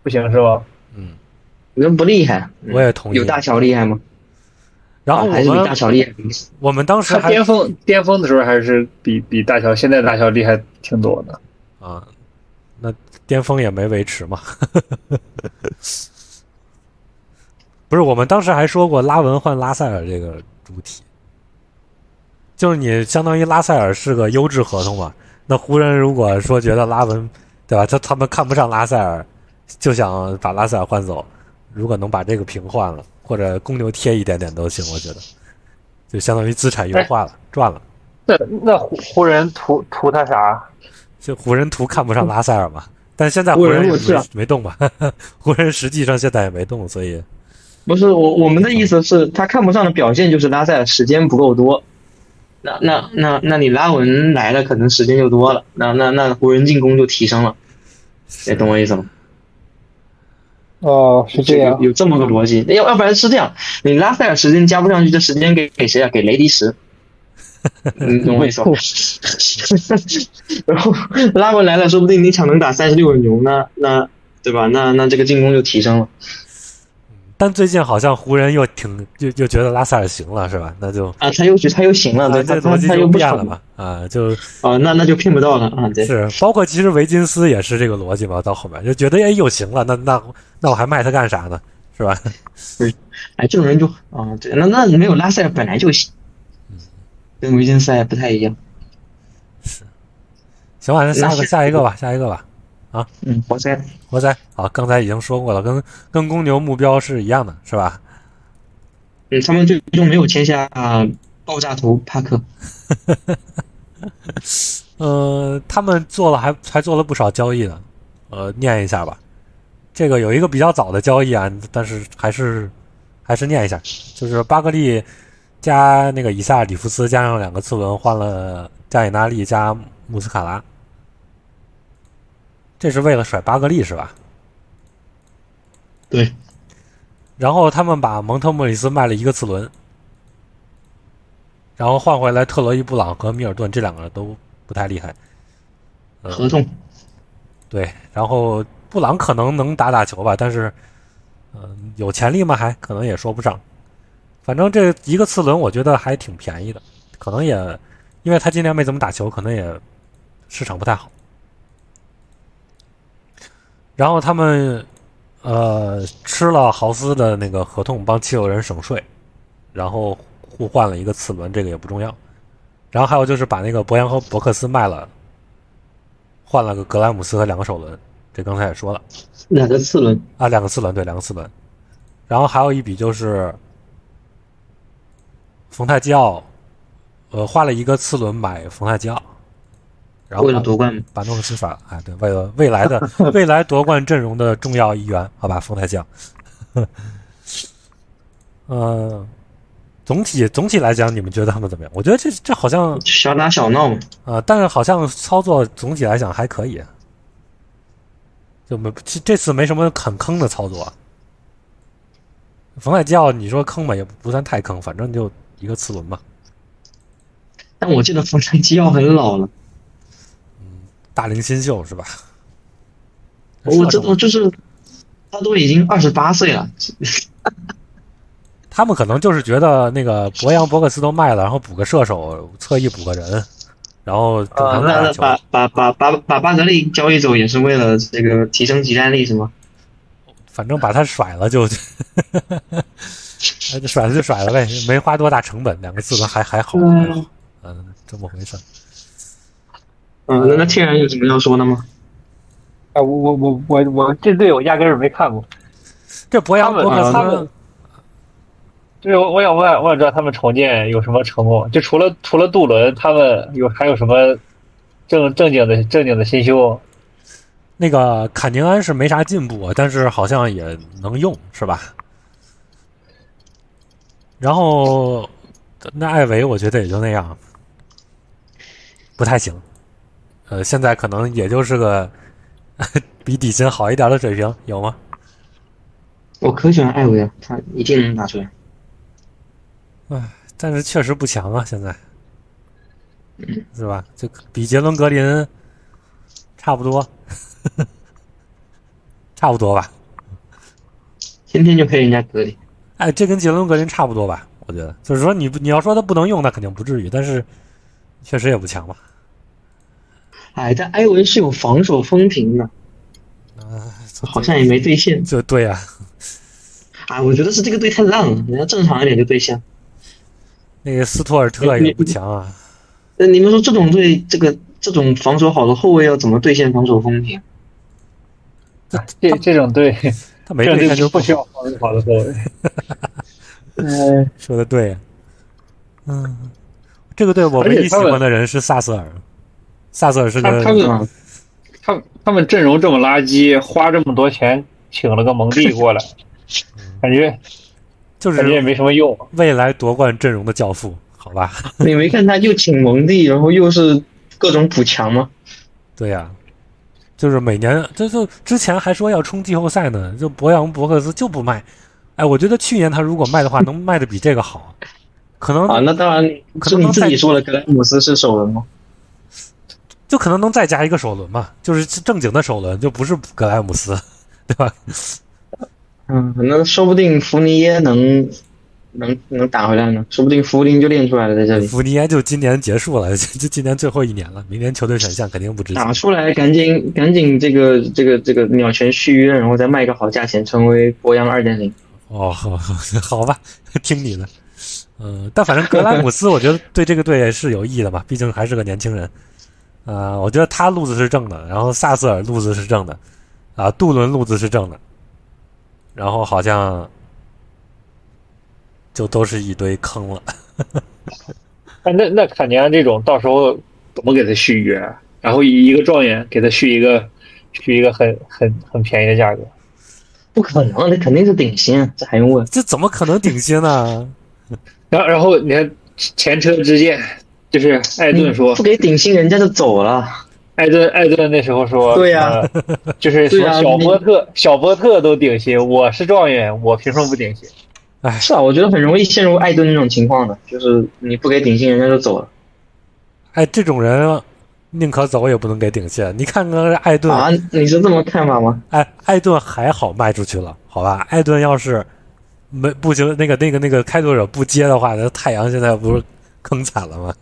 不行是吧？
嗯，
人不厉害。嗯
我也同意
有大乔厉害吗？
然后
啊
我
还是比大
们
乔厉害。
我们当时
他
还
巅峰巅峰的时候还是比比大乔现在大乔厉害挺多的。
啊，那巅峰也没维持嘛。 不是，我们当时还说过拉文换拉塞尔这个主体，就是你相当于拉塞尔是个优质合同嘛。那湖人如果说觉得拉文，对吧？他他们看不上拉塞尔，就想把拉塞尔换走。如果能把这个平换了，或者公牛贴一点点都行，我觉得就相当于资
哎
产优化了，赚了。
那那湖湖人图图他啥？
就湖人图看不上拉塞尔嘛，但现在湖人也
嗯湖人弱智
没
啊
没动吧？ 湖人实际上现在也没动，所以
不是我我们的意思是，他看不上的表现就是拉塞尔时间不够多。那那那那你拉文来了，可能时间就多了。那那那湖人进攻就提升了，你懂我意思吗？
哦，是这样
有，有这么个逻辑。要要不然是这样，你拉塞尔时间加不上去，这时间给给谁啊？给雷迪什。你懂我意思吗？ 然后拉文来了，说不定你场能打三十六个牛，那那对吧？那那这个进攻就提升了。
但最近好像湖人又挺又又觉得拉塞尔行了，是吧？那就
啊，他又觉他又行了，
啊
对，
这
他
逻
他
辑
他
就
又不
变
想
了嘛？啊，就
啊，那那就骗不到了啊，对，
是包括其实维金斯也是这个逻辑嘛，到后面就觉得哎又行了，那那那我还卖他干啥呢？是吧？
哎，这种人就啊，对，那那没有拉塞尔本来就行，
嗯
跟维金斯还不太一样，
行吧，那下个
是
下一个吧，下一个吧。
嗯，活塞，
活塞好，刚才已经说过了，跟跟公牛目标是一样的，是吧？
嗯，他们最终没有签下、啊爆炸头帕克，
呃，他们做了还还做了不少交易呢，呃，念一下吧。这个有一个比较早的交易啊，但是还是还是念一下，就是巴克利加那个以萨里弗斯加上两个次轮换了加里纳利加穆斯卡拉，这是为了甩巴克利是吧？
对。
然后他们把蒙特莫里斯卖了一个次轮，然后换回来特洛伊布朗和米尔顿这两个人都不太厉害。呃
合同，
对，然后布朗可能能打打球吧，但是，嗯、有潜力吗？还可能也说不上。反正这一个次轮，我觉得还挺便宜的，可能也因为他今年没怎么打球，可能也市场不太好。然后他们呃吃了豪斯的那个合同，帮七六人省税，然后互换了一个次轮，这个也不重要。然后还有就是把那个博扬和伯克斯卖了，换了个格莱姆斯和两个首轮，这刚才也说了
两个次轮，
啊，两个次轮对，两个次轮。然后还有一笔就是冯泰基奥，呃，花了一个次轮买冯泰基奥，然后
为了
把
夺冠嘛，
把诺克斯法啊，对，为了未来的未来夺冠阵容的重要一员，好吧，冯太将。 呃，总体总体来讲，你们觉得他们怎么样？我觉得这这好像啊、
小打小闹嘛，
呃但是好像操作总体来讲还可以，就没这这次没什么很坑的操作。啊冯太教，你说坑吧，也不算太坑，反正就一个次轮嘛，
但我记得冯山基奥很老了，
大龄新秀是吧？
哦我
这
这我就是他都已经二十八岁了，
他们可能就是觉得那个博扬、博克斯都卖了，然后补个射手，侧翼补个人，然后补
啊，
上
那
打
那
球。
把把把把把巴格利交易走也是为了这个提升集战力是吗？
反正把他甩了就， 哎就甩了就甩了呗，没花多大成本，两个字轮还还好，还好，嗯，这么回事。
嗯，那那天然有什么要说的吗？
啊，我我我我我这队我压根儿没看过。
这博扬、
他们
博克
他
斯
们对，我我想问，我想知道他们重建有什么成功？就除了除了杜伦，他们有还有什么正正经的正经的新秀？
那个坎宁安是没啥进步，啊但是好像也能用，是吧？然后那艾维，我觉得也就那样，不太行。呃，现在可能也就是个 比底薪好一点的水平，有吗？
我可喜欢艾维了，啊他一定能打出来。
但是确实不强啊， 现在，是吧？就比杰伦格林差不多， 差不多吧？
天天就黑人家格里，
哎，这跟杰伦格林差不多吧？我觉得，就是说你不你要说他不能用，那肯定不至于，但是确实也不强吧？
哎，但埃文是有防守风评的，好像也没兑现。
就对呀、
啊，我觉得是这个队太烂了，人家正常一点就兑现。
那个斯图尔特也不强啊，
那呃你们说这种队，这个这种防守好的后卫要怎么兑现防守风评？
这这种队，
他 没
这种
对
队
他就
不需要防守好的后 卫。
嗯，
说的对，嗯，这个队我唯一喜欢的人是萨瑟尔，萨瑟尔是
他他
个
们他们他们阵容这么垃圾，花这么多钱请了个蒙蒂 过来，感觉
就
感觉也
是
没什么用。
未来夺冠阵容的教父，好吧？
你没看他又请蒙蒂，然后又是各种补强吗？
对呀、就是每年，这就之前还说要冲季后赛呢，就博扬伯克斯就不卖。哎，我觉得去年他如果卖的话，能卖的比这个好，可能
啊，那当然，
可
是
能
你
能
自
带
己说了，格莱姆斯是首轮吗？
就可能能再加一个首轮嘛，就是正经的首轮，就不是格莱姆斯，对吧？
嗯，那说不定福尼耶能能能打回来呢，说不定福林就练出来了在这里，
福尼耶就今年结束了， 就就今年最后一年了，明年球队选项肯定不值钱
打。出来赶紧赶紧这个这个这个鸟权续约，然后再卖个好价钱，成为博扬二点零。
哦，好 好好吧，听你的。嗯，但反正格莱姆斯，我觉得对这个队是有益的吧，毕竟还是个年轻人。呃，我觉得他路子是正的，然后萨瑟尔路子是正的，啊、杜伦路子是正的，然后好像就都是一堆坑了。
那哎那那坎尼安这种，到时候怎么给他续约？啊然后以一个状元给他续一个，续一个很很很便宜的价格。
不可能，那肯定是顶薪，啊这还用问？
这怎么可能顶薪呢？
然后然后你看前车之鉴，就是
哎
艾顿说
不，给顶薪，人家就走了。
艾顿艾顿那时候说，
对呀
呃就是什
对
么
呀
小
你
波特小波特都顶薪，我是状元，我凭什么不顶薪？
是啊，我觉得很容易陷入艾顿那种情况的，就是你不给顶薪，人家就走了
哎，这种人宁可走也不能给顶薪。你看看艾顿，
啊！你是这么看法吗？
哎，艾顿还好卖出去了，好吧？艾顿要是没不行，那个那个那个开拓者不接的话，那太阳现在不是坑惨了吗？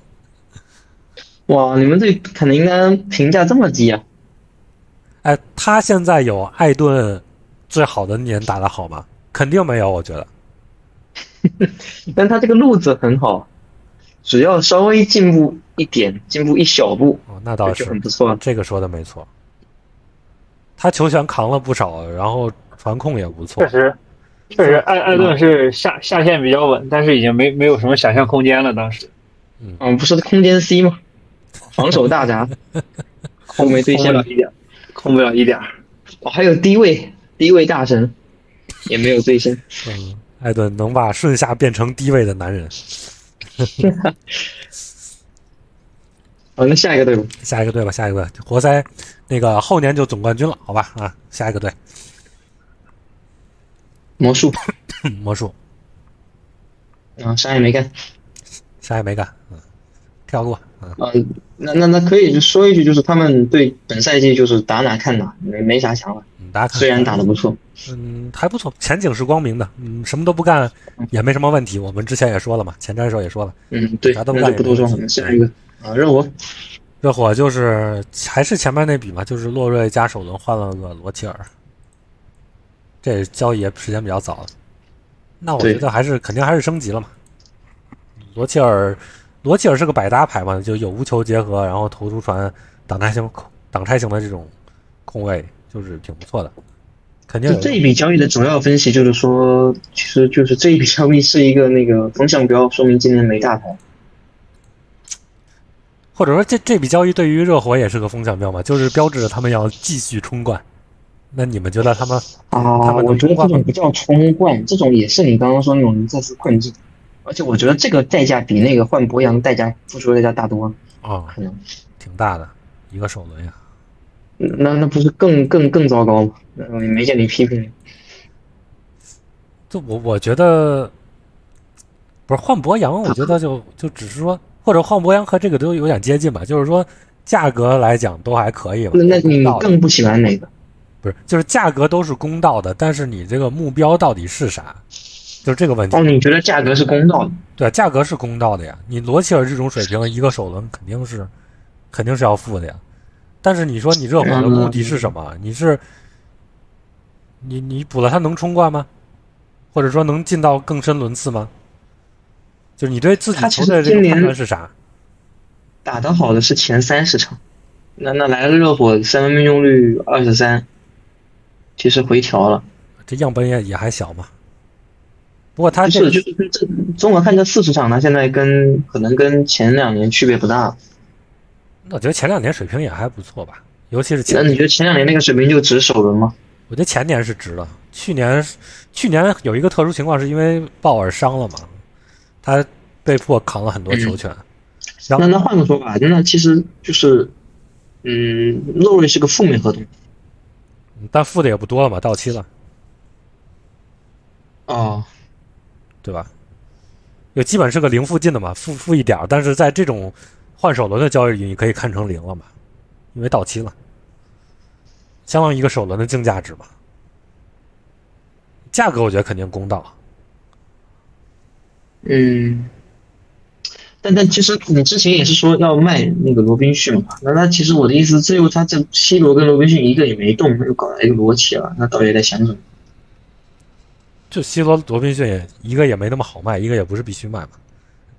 哇，你们对肯定应该评价这么低啊？
哎，他现在有艾顿最好的年打得好吗？肯定没有，我觉得。
但他这个路子很好，啊只要稍微进步一点，进步一小步，
哦，那倒
就很
是，
不错了。
这个说的没错。他球权扛了不少，然后传控也不错
确。实，确实艾艾顿是下下线比较稳，但是已经没没有什么想象空间了。当时
嗯，不是空间 C 吗？防守 大闸，后没兑
控不
现
了一点，控不了一点。
哦，还有低位低位大神，也没有兑现。
嗯，艾顿能把顺下变成低位的男人。
好，那下一个队伍，
下一个队吧，下一个队，活塞那个后年就总冠军了，好吧？啊，下一个队，
魔术
嗯魔术。
啊，啥也没干。
啥也没干，嗯，跳过，嗯，
嗯，那那那可以就说一句，就是他们对本赛季就是打哪看哪，没没啥想法。
打卡，
虽然打得不错，
嗯还不错，前景是光明的，嗯，什么都不干也没什么问题。我们之前也说了嘛，前瞻的时候也说了，
嗯，对，
啥
那
都
就
不干
不多说了。那下一个啊，热火，
热火就是还是前面那笔嘛，就是洛瑞加首轮换了个罗齐尔，这交易也时间比较早了。那我
对
觉得还是肯定还是升级了嘛。罗齐尔，罗齐尔是个百搭牌嘛，就有无球结合，然后投出传、挡拆型、挡拆型的这种控卫，就是挺不错的。肯定
就
有
这一笔交易的主要分析就是说，其实就是这一笔交易是一个那个风向标，说明今年没大牌。
或者说这这笔交易对于热火也是个风向标嘛，就是标志着他们要继续冲冠。那你们觉得他们他
啊，
们能
我觉
冲
得这
冠吗
种不叫冲冠，这种也是你刚刚说那种再次困境，而且我觉得这个代价比那个换博扬代价付出的代价大多了，
啊、
可能
挺大的，一个首轮呀。
那那不是更更更糟糕吗？那我也没见你批评，
就我我觉得不是换博洋，我觉得就就只是说，或者换博洋和这个都有点接近吧，就是说价格来讲都还可以吧。
那那
公
你
道的
更不喜欢哪个？
不是就是价格都是公道的，但是你这个目标到底是啥，就是这个问题
哦，。你觉得价格是公道的？
对，价格是公道的呀。你罗切尔这种水平，一个首轮肯定是肯定是要付的呀。但是你说你热火的目的是什么？你是你你补了他能冲冠吗？或者说能进到更深轮次吗？就是你对自己
他其
球
实
队这
今
个
年
判断是啥？
打得好的是前三十场，那那来了热火三分命中率二十三，其实回调了。
这样本也也还小嘛。不过他
不
这
是，就是这综合看这四十场，他现在跟可能跟前两年区别不大。
那我觉得前两年水平也还不错吧，尤其是前
那你觉得前两年那个水平就值首轮吗？
我觉得前年是值的，去年去年有一个特殊情况，是因为鲍尔伤了嘛，他被迫扛了很多球权。然
那
后
那换个说法，那其实就是，嗯，洛瑞是个负面合同。
但付的也不多了嘛，到期了，
哦，
对吧？就基本是个零附近的嘛，负负一点儿，但是在这种换首轮的交易里，你可以看成零了嘛，因为到期了，相当于一个首轮的净价值嘛。价格我觉得肯定公道，
嗯。但但其实你之前也是说要卖那个罗宾逊嘛，那那其实我的意思，最后他这 C 罗跟罗宾逊一个也没动，又搞来一个罗齐了，那到底在想什么？
就 C 罗、罗宾逊也一个也没那么好卖，一个也不是必须卖嘛。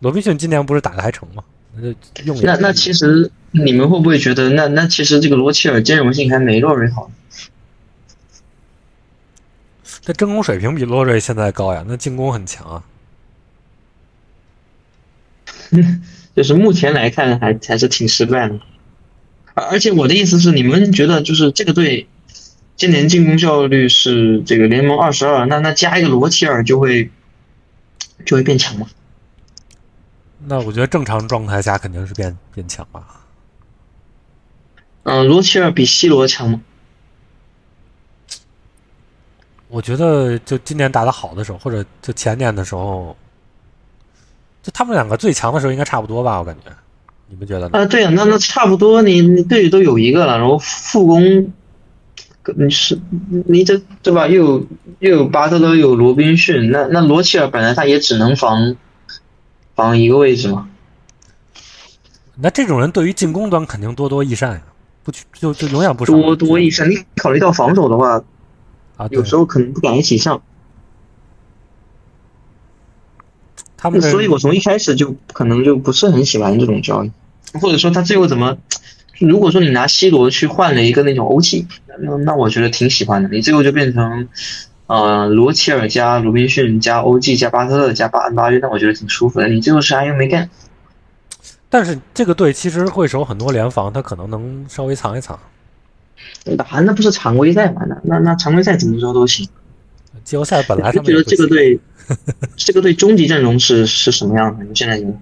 罗宾逊今年不是打的还成吗？那就用也
那
可以
那其实你们会不会觉得，那那其实这个罗齐尔兼容性还没洛瑞好？
这真空水平比洛瑞现在高呀，那进攻很强啊。
就是目前来看还还是挺失败的。而而且我的意思是，你们觉得就是这个队今年进攻效率是这个联盟二十二，那那加一个罗齐尔就会就会变强吗？
那我觉得正常状态下肯定是变变强吧。
嗯、罗齐尔比 C 罗强吗？
我觉得就今年打得好的时候，或者就前年的时候，就他们两个最强的时候应该差不多吧，我感觉。你们觉得呢？
啊，对啊，那那差不多你，你队里都有一个了，然后副攻，你是你这对吧？又有又有巴特勒，又有罗宾逊，那那罗齐尔本来他也只能防防一个位置嘛。
那这种人对于进攻端肯定多多益善呀，不去就就永远不少
多多益善，你考虑到防守的话，
啊。对
有时候可能不敢一起上，
他们这
所以我从一开始就可能就不是很喜欢这种交易，或者说他最后怎么，如果说你拿 C 罗去换了一个那种欧气，那那我觉得挺喜欢的，你最后就变成，呃，罗齐尔加鲁滨逊加欧 G 加巴特勒加巴恩巴约，那我觉得挺舒服的，你最后啥又没干，
但是这个队其实会守很多联防，他可能能稍微藏一藏。
打啊那不是常规赛嘛，那那那常规赛怎么说都行，
季后 赛本来他
我就
们
觉
也
得
不
这个
行
队，这个队终极阵容是是什么样的？你现在觉得？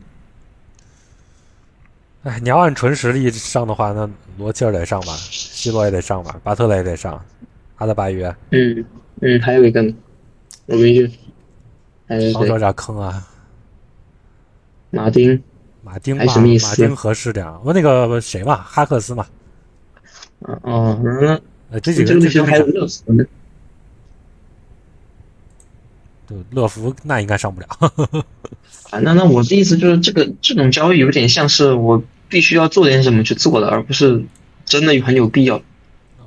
哎，你要按纯实力上的话，那罗切尔得上吧，西罗也得上吧，巴特勒也得上，阿德巴约
嗯嗯，还有一个呢，罗宾逊，还有
防守有
谁？
点坑啊。
马丁
马丁吧，
还什么意思
马丁合适点儿。我那个谁嘛，哈克斯嘛，
啊，哦，那
呃，这几
这
个这
个队
几
形
个
还有热死呢。
对乐福那应该上不了。
啊，那那我的意思就是，这个这种交易有点像是我必须要做点什么去做的，而不是真的很有必要。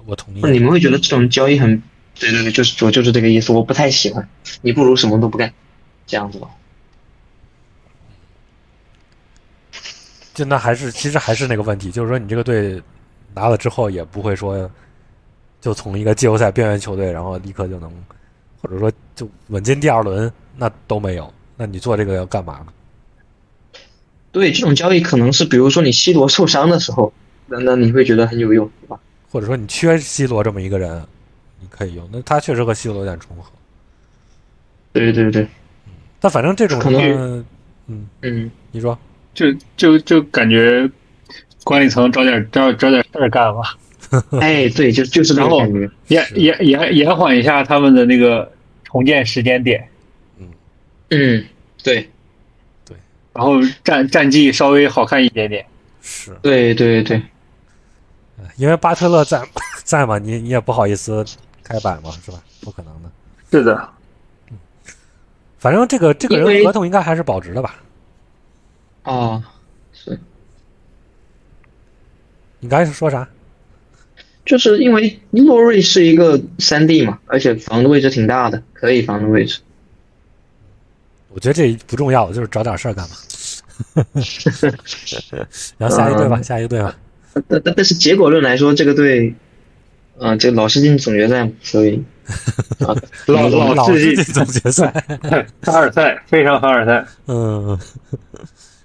我同
那你
意，
们会觉得这种交易很，对对对，就是我就是这个意思，我不太喜欢。你不如什么都不干，这样子吧。
就那还是其实还是那个问题，就是说你这个队拿了之后也不会说就从一个季后赛边缘球队，然后立刻就能，或者说就稳进第二轮，那都没有。那你做这个要干嘛呢？
对，这种交易可能是比如说你 C 罗受伤的时候，那那你会觉得很有用，对吧？
或者说你缺 C 罗这么一个人，你可以用。那他确实和 C 罗有点重合，
对对对，
但反正这种
可能
呢，嗯，
嗯，
你说
就就就感觉管理层找点找找点事儿干吧，
哎，对，就就是这
然
种
后
感觉，
延延延延缓一下他们的那个重建时间点，
嗯，对
然后战战绩稍微好看一点点。
是
对对对，
因为巴特勒在在嘛，你你也不好意思开摆嘛，是吧？不可能的。
是的，
反正这个这个
因
人
为
合同应该还是保值的吧？
哦，是，
你刚才是说啥？
就是因为洛瑞是一个三 D 嘛，而且防的位置挺大的，可以防的位置，
我觉得这不重要，就是找点事儿 干嘛。然后下一个队
嗯
吧，下一个队吧。
但但但是结果论来说，这个队，啊、这老是进总决赛嘛，所 以，啊，
老
老
老
是
世
进
纪
总决赛，
凡尔赛非常凡尔赛，
嗯，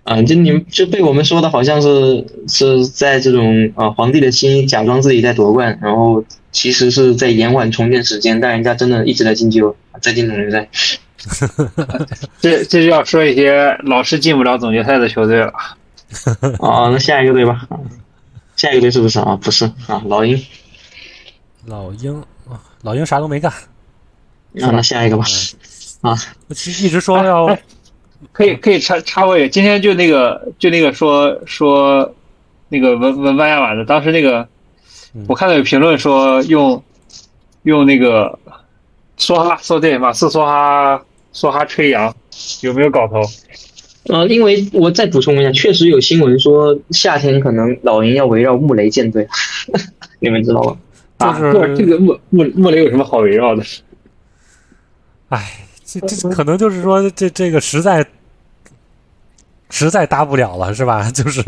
啊，就你们就被我们说的好像是是在这种啊皇帝的心假装自己在夺冠，然后其实是在延缓重建时间，但人家真的一直在进季后，在进总决 赛。
这这就要说一些老是进不了总决赛的球队了。
哦，那下一个队吧，啊下一个队是不是啊？不是啊，老鹰。
老鹰，啊老鹰啥都没干，
那那下一个吧，啊，
我其实一直说要
哎可以可以插插播一个，今天就那个就那个说说那个文文班亚马的，当时那个
嗯
我看到有评论说用用那个梭哈说对马刺梭哈梭哈吹杨，有没有搞头？
呃，因为我再补充一下，确实有新闻说夏天可能老鹰要围绕穆雷建队， 你们知道吗？
就
啊这这
是，
个莫莫莫雷有什么好围绕的？
哎，这这可能就是说这这个实在实在搭不了了，是吧？ 就是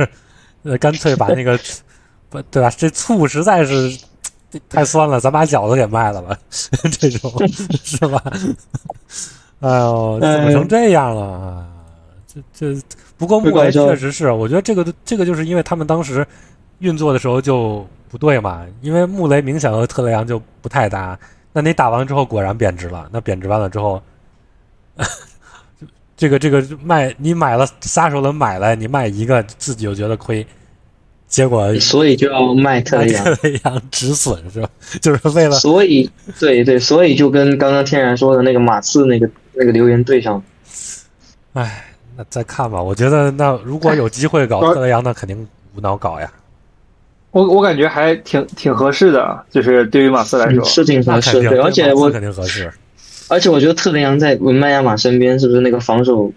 呃，干脆把那个不对吧？这醋实在是这太酸了，咱把饺子给卖了吧， 这种是吧？ 哎呦，怎么成这样了？啊这这不过穆雷确实是，我觉得这个这个就是因为他们当时运作的时候就不对嘛，因为穆雷明显和特雷杨就不太搭。那你打完之后果然贬值了，那贬值完了之后， 这个这个卖你买了撒手轮买了，你卖一个自己又觉得亏，结果
所以就要卖特雷杨。
特雷杨止损是吧？ 就是为了
所以，对对，所以就跟刚刚天然说的那个马刺那个那个留言对上，
唉，那再看吧。我觉得那如果有机 会搞特雷杨，那肯定无脑搞呀，
我我感觉还挺挺合适的啊，就是对于马刺来说，
是挺
那
合
肯
适。
定，
对，而
那
且
马刺
我
肯定合适。
而且我觉得特雷杨在文班亚马身边是不是那个防守，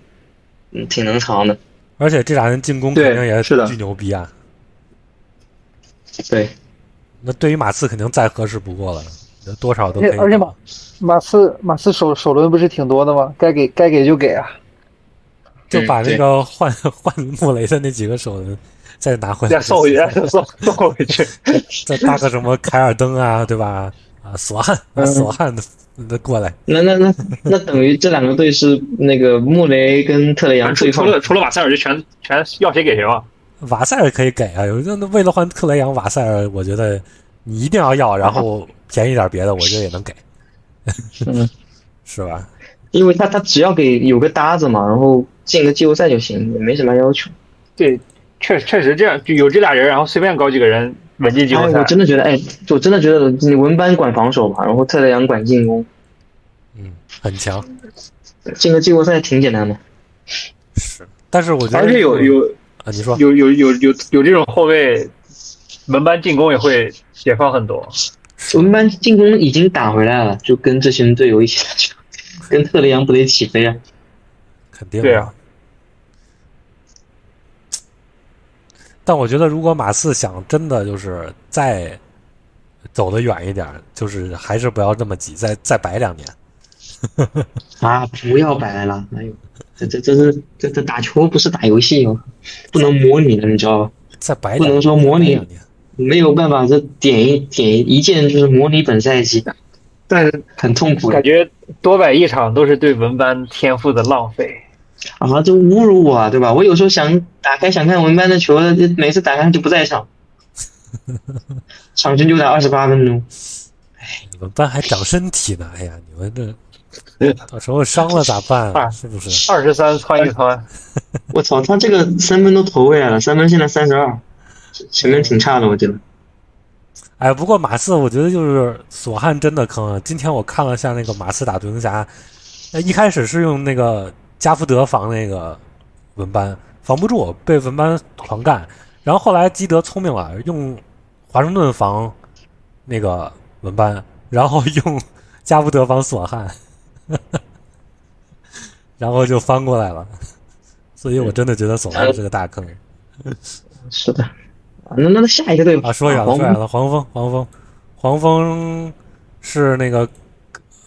嗯，挺能扛的。
而且这俩人进攻
对
肯定也
是的
巨牛逼啊！
对，
那对于马刺肯定再合适不过了，多少都可以
而且
搞。
而且马马刺马刺首首轮不是挺多的吗？该给该给就给 啊。
就把
嗯
那
对
个换 换穆雷的那几个手轮再拿回来
再，送回去，再送送回去。
再搭个什么凯尔登啊，对吧？啊，索汉，啊
嗯
索汉的的过来，
那那那那等于这两个队是那个穆雷跟特雷杨
除
对
除
抗。
了除了马塞尔，就全全要谁给谁嘛。
瓦塞尔可以给啊。有那为了换克雷杨，瓦塞尔我觉得你一定要要，然后便宜点别的，我觉得也能给，
嗯，
是吧？
因为他他只要给有个搭子嘛，然后进个季后赛就行，也没什么要求。
对，确确实这样，就有这俩人，然后随便搞几个人稳进季
然
后
后
赛
我。真的觉得，哎，我真的觉得你文班管防守嘛，然后特雷杨管进攻，
嗯，很强
进个季后赛挺简单的。
是。但是我觉得，
而且有有
啊，你说
有有有有有这种后卫，门班进攻也会解放很多。
我们班进攻已经打回来了，就跟这群队友一起打 球，跟特雷杨不得起飞啊！
肯定
对
的
啊。
但我觉得，如果马刺想真的就是再走得远一点儿，就是还是不要这么急，再再摆两年。
啊，不要摆了，哎呦，这这这是这这打球不是打游戏哦，不能模拟的，你知道吧？
再摆
不
两年，
能说模拟
再摆两年
没有办法，这点一点一一键就是模拟本赛季，
但是
很痛苦的
感。觉多摆一场都是对文班天赋的浪费。
啊，这侮辱我啊，对吧？我有时候想打开想看文班的球，每次打开就不在场，场均就打二十八分钟。
你们班还长身体呢，哎呀，你们这 到时候伤了咋办啊？
啊
是不是？
二十三窜一窜，
我操，他这个三分都投回来了，三分现在三十二，前面挺差的，我觉得。
哎，不过马刺，我觉得就是索汉真的坑啊。今天我看了下那个马刺打独行侠，哎一开始是用那个加福德防那个文班，防不住，被文班狂干。然后后来基德聪明了，用华盛顿防那个文班，然后用加福德防索汉， 然后就翻过来了。所以我真的觉得索汉是个大坑
是的，啊那那那下一个队吧
啊！说远了，
黄
说远了，黄蜂，黄蜂，黄蜂是那个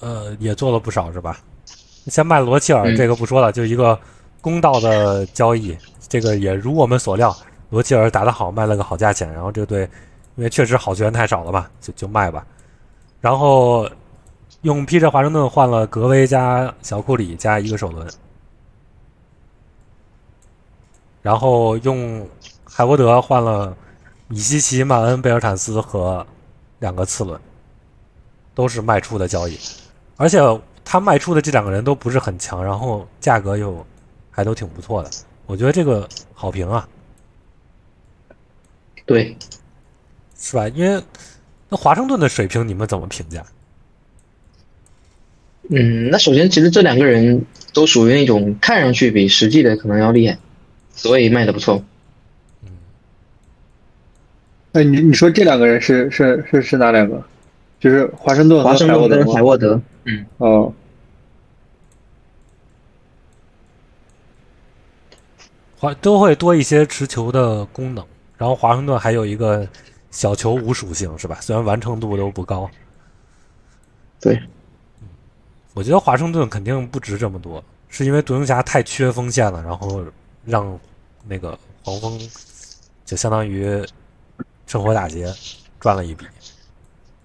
呃，也做了不少是吧？先卖罗切尔
嗯
这个不说了，就一个公道的交易，这个也如我们所料，罗切尔打得好，卖了个好价钱，然后这个队因为确实好球员太少了嘛，就就卖吧。然后用 P.J. 华盛顿换了格威加小库里加一个首轮，然后用海沃德换了米西奇、曼恩、贝尔坦斯和两个次轮，都是卖出的交易，而且他卖出的这两个人都不是很强，然后价格又还都挺不错的，我觉得这个好评啊，
对，
是吧？因为那华盛顿的水平你们怎么评价？
嗯，那首先其实这两个人都属于那种看上去比实际的可能要厉害，所以卖的不错。
那你你说这两个人是是是是哪两个？就是华盛顿和
华盛
海沃
顿
德
跟海
吗？
沃德，
哦，
华都会多一些持球的功能，然后华盛顿还有一个小球无属性，是吧？虽然完成度都不高，
对，
我觉得华盛顿肯定不值这么多，是因为独行侠太缺锋线了，然后让那个黄蜂就相当于趁火打劫赚了一笔。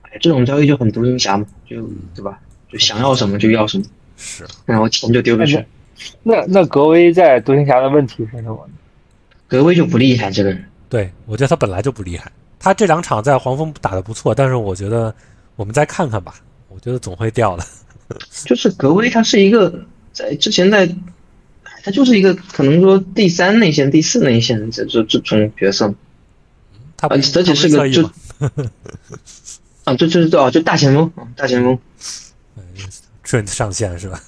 哎这种交易就很独行侠嘛，就对吧？就想要什么就要什么，
是，
然后钱就丢过去。
那那格威在独行侠的问题是什么呢？
格威就不厉害，这个人
对我觉得他本来就不厉害，他这两场在黄蜂打得不错，但是我觉得我们再看看吧，我觉得总会掉的。
就是格威，他是一个在之前在，哎他就是一个可能说第三内线、第四内线这这这种角色嘛。
他不
呃而且而且是
他不是
个
侧翼
就
嘛，
啊，就就是哦，就大前锋，嗯大前锋，
顺呃上线是吧？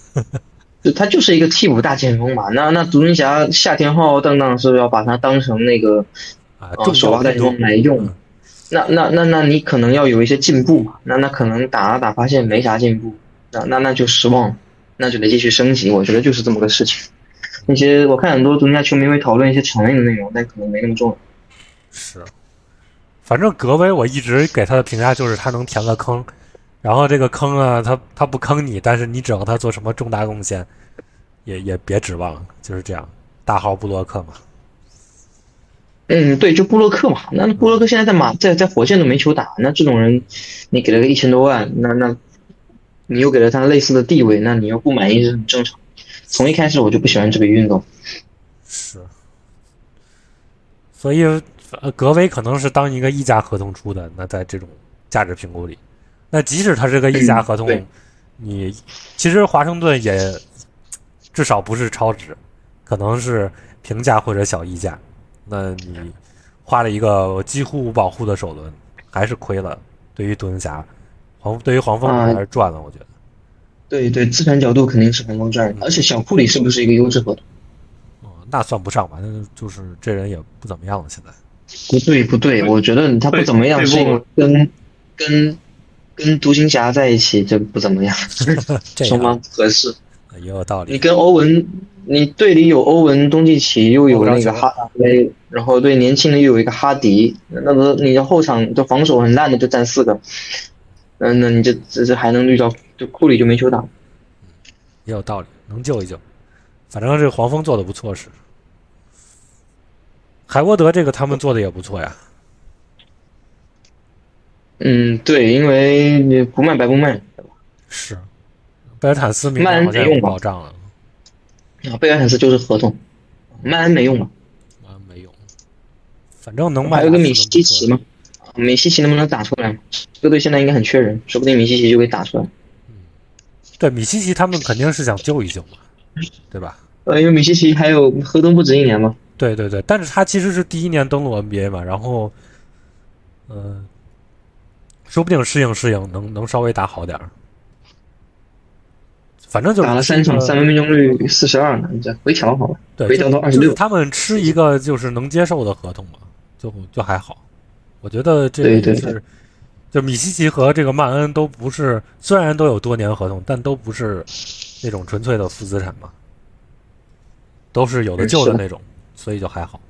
就他就是一个替补大前锋嘛。那那独行侠夏天浩浩荡荡是要把他当成那个
啊，
呃
重
首
要
发大
更
前
多
锋来用
嗯。
那那那那你可能要有一些进步嘛。那那可能打了打发现没啥进步，那那那就失望，那就得继续升级。我觉得就是这么个事情。那些我看很多独行侠球迷会讨论一些场内的内容，但可能没那么重要。
是，反正格威我一直给他的评价就是他能填个坑，然后这个坑呢，他他不坑你，但是你指望他做什么重大贡献，也也别指望，就是这样。大号布洛克嘛，
嗯，对，就布洛克嘛。那布洛克现在在马在在火箭都没球打，那这种人，你给了个一千多万，那那，你又给了他类似的地位，那你又不满意是很正常。从一开始我就不喜欢这个运动。
是。所以，呃，格威可能是当一个溢价合同出的。那在这种价值评估里，那即使他是个溢价合同
对，
你其实华盛顿也至少不是超值，可能是平价或者小溢价。那你花了一个几乎无保护的首轮，还是亏了。对于独行侠，黄对于黄蜂
啊
还是赚了，我觉得。
对对，资产角度肯定是很高赚的。而且小库里是不是一个优质合同？
嗯，那算不上吧，那就是这人也不怎么样了。现在
不对不对，我觉得他不怎么样，
对
是因为跟跟跟独行侠在一起就不怎么样，
这
双
样
方不合适。
也有道理。
你跟欧文，你队里有欧文、东契奇，又有那个哈达威，然后对年轻的又有一个哈迪，那个你的后场的防守很烂的就占四个，嗯，那你这这这还能遇到就库里就没球打，
也有道理，能救一救。反正这个黄蜂做的不错是，海沃德这个他们做的也不错呀。
嗯，对，因为你不卖白不卖，
是，贝尔坦斯明
曼
年
恩
好像
没
也
用
不
吧
保障了。
啊，备案损失就是合同，曼恩没用吧？
啊，没用，反正能卖
还有个米西奇
奇
吗？嗯米西奇能不能打出来吗？这个队现在应该很缺人，说不定米西奇就给打出来。
对，米西奇他们肯定是想救一救嘛，对吧？
呃，因为米西奇还有合同不止一年嘛，
对对对，但是他其实是第一年登陆 NBA 嘛，然后，呃，说不定适应适应，能能稍微打好点儿。反正就是
打了三场，
吃一个
三分命中率四十二呢，你这回调好吧？
对，
回
就
调到二十
就是
六。
他们吃一个就是能接受的合同嘛，就就还好。我觉得这个
对对
也是，就米西奇和这个曼恩都不是，虽然都有多年合同，但都不是那种纯粹的负资产嘛，都是有的救的
是
那种，所以就还好。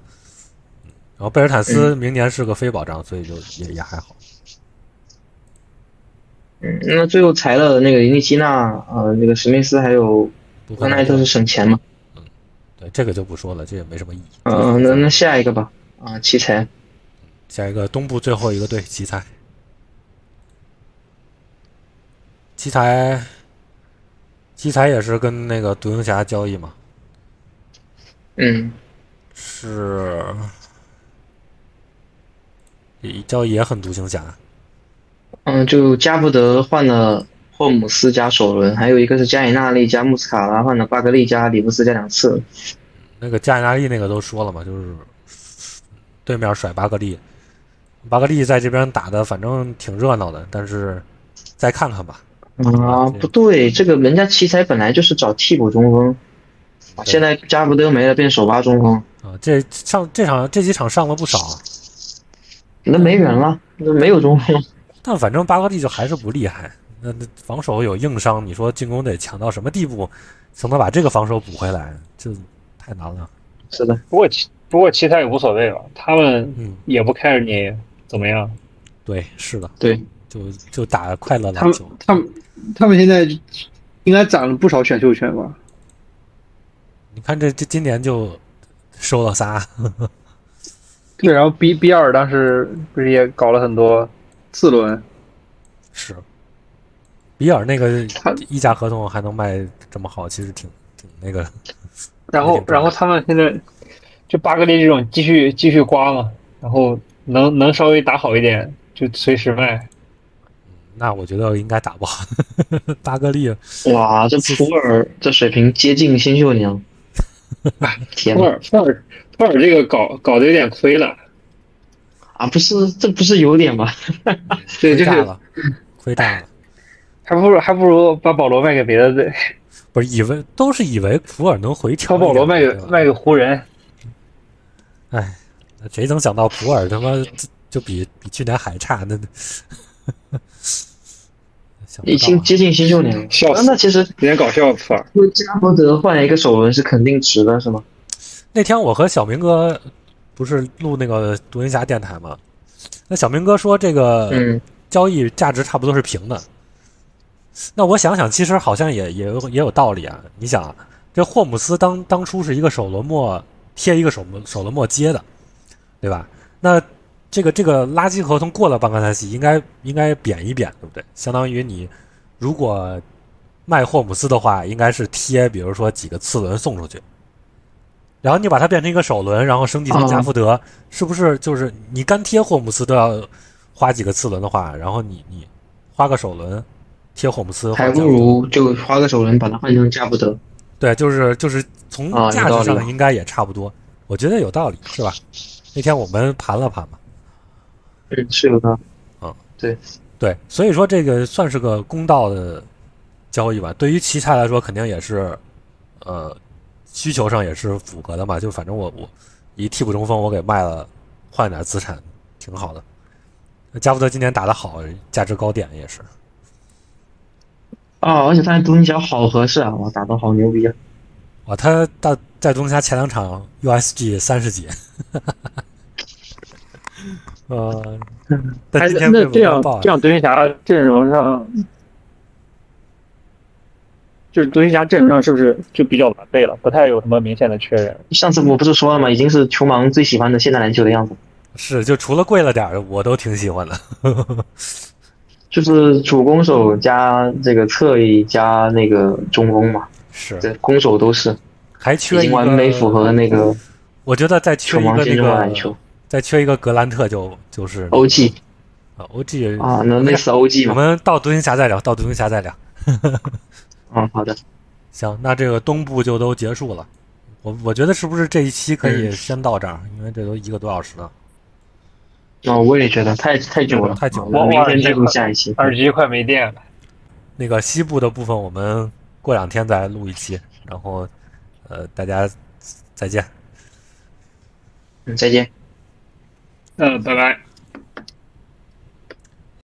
嗯然后贝尔坦斯明年是个非保障，所以就也也还好。
嗯，那最后裁了那个林尼基纳，呃，那个史密斯还有
不
布
可
奈
能，
特是省钱嘛？
对这个就不说了，这也没什么意义。
嗯、呃，那那下一个吧，啊、奇才，
下一个东部最后一个队奇才，奇才，奇才也是跟那个独行侠交易嘛，
嗯，
是也交易也很独行侠，
嗯，就加布德换了霍姆斯加首轮，还有一个是加里纳利加穆斯卡拉换了巴格利加里布斯加两次。
那个加里纳利那个都说了嘛，就是对面甩巴格利，巴格利在这边打的反正挺热闹的，但是再看看吧，
啊，
对
不对，这个人家奇才本来就是找替补中锋，啊现在加布德没了变首发中锋，
啊，这上这场这几场上了不少，
那没人了，那没有中锋了。
但反正巴格利就还是不厉害，那那防守有硬伤，你说进攻得强到什么地步，才能把这个防守补回来？这太难了。
是的，
不过其不过其他也无所谓了，他们
嗯，
也不 care 你怎么样。
对，是的，
对，
就就打快乐
他
篮
们
球。
他们他们现在应该攒了不少选秀权吧？
你看这这今年就收了仨，
对，然后 B B 二当时不是也搞了很多次轮，
是。比尔那个
他
溢价合同还能卖这么好，其实挺挺那个。
然后然后他们现在就巴格利这种继续继续刮嘛，然后能能稍微打好一点就随时卖。
那我觉得应该打不好。 巴格利，
哇，这普尔这水平接近新 秀娘，天
托
呐，
尔托尔托尔这个搞搞得有点亏了，
啊，不是，这不是有点吧？
对，
亏
就
大
是
了，亏大了。
还不如还不如把保罗卖给别的队，
不是以为都是以为普尔能回调
把
一点，
保罗卖给
对吧
卖给湖人。
哎，谁能想到普尔他妈就就比比去年还差？那想不
已经
到、啊，
接近新秀年了。
笑死
那其实
有点搞笑，托尔。
因为加伯德换一个首轮是肯定值的，是吗？
那天我和小明哥不是录那个独行侠电台嘛？那小明哥说这个
嗯，
交易价值差不多是平的。那我想想，其实好像也也有也有道理啊。你想啊，这霍姆斯当当初是一个首轮末贴一个手手轮末接的，对吧？那这个这个垃圾合同过了半个赛季，应该应该贬一贬，对不对？相当于你如果卖霍姆斯的话，应该是贴，比如说几个次轮送出去，然后你把它变成一个首轮，然后升级成加福德，
哦
是不是就是你干贴霍姆斯都要花几个次轮的话，然后你你花个首轮贴霍姆斯，
还
换
不
加福德
如就花个首轮把它换成加伯德。
对，就是就是从
啊有
价
道
值
理
上应该也差不多，我觉得有道理，是吧？那天我们盘了盘嘛。
嗯，是有的。
对，所以说这个算是个公道的交易吧。对于奇才来说，肯定也是，呃，需求上也是符合的嘛。就反正我我一替补中锋，我给卖了，换点资产，挺好的。那加福德今年打得好，价值高点也是。
啊，而且他独行侠好合适啊！哇，打得好牛逼啊！
哇，他到在东峡前两场 USG 三十几， 呃，但
还
今
是
天
那
被
这样
网暴
这样，独行侠阵容上，就是独行侠阵容上是不是就比较完备了，不太有什么明显的缺人？
上次我不是说了吗？已经是球盲最喜欢的现代篮球的样子，
是就除了贵了点儿，我都挺喜欢的。
就是主攻手加这个侧翼加那个中锋嘛，
是，
这攻手都是。
还
已
缺一
经
个
完美符合那个
我觉得再缺
球
一
王
个
先
那
生的篮
个
球
再缺一个格兰特就就是
OG
啊 OG
啊，能类似 OG
我
吗？
们到独行侠再聊，到独行侠再聊。
嗯，好的，
行，那这个东部就都结束了。我我觉得是不是这一期可以
嗯
先到这儿？因为这都一个多小时了。
哦，我也觉得太太久了，啊
太久了
我们明天再
我
录
我
下一期。
耳机快没电了，
那个西部的部分，我们过两天再录一期，然后呃，大家再见。
嗯，再见。
嗯，拜拜。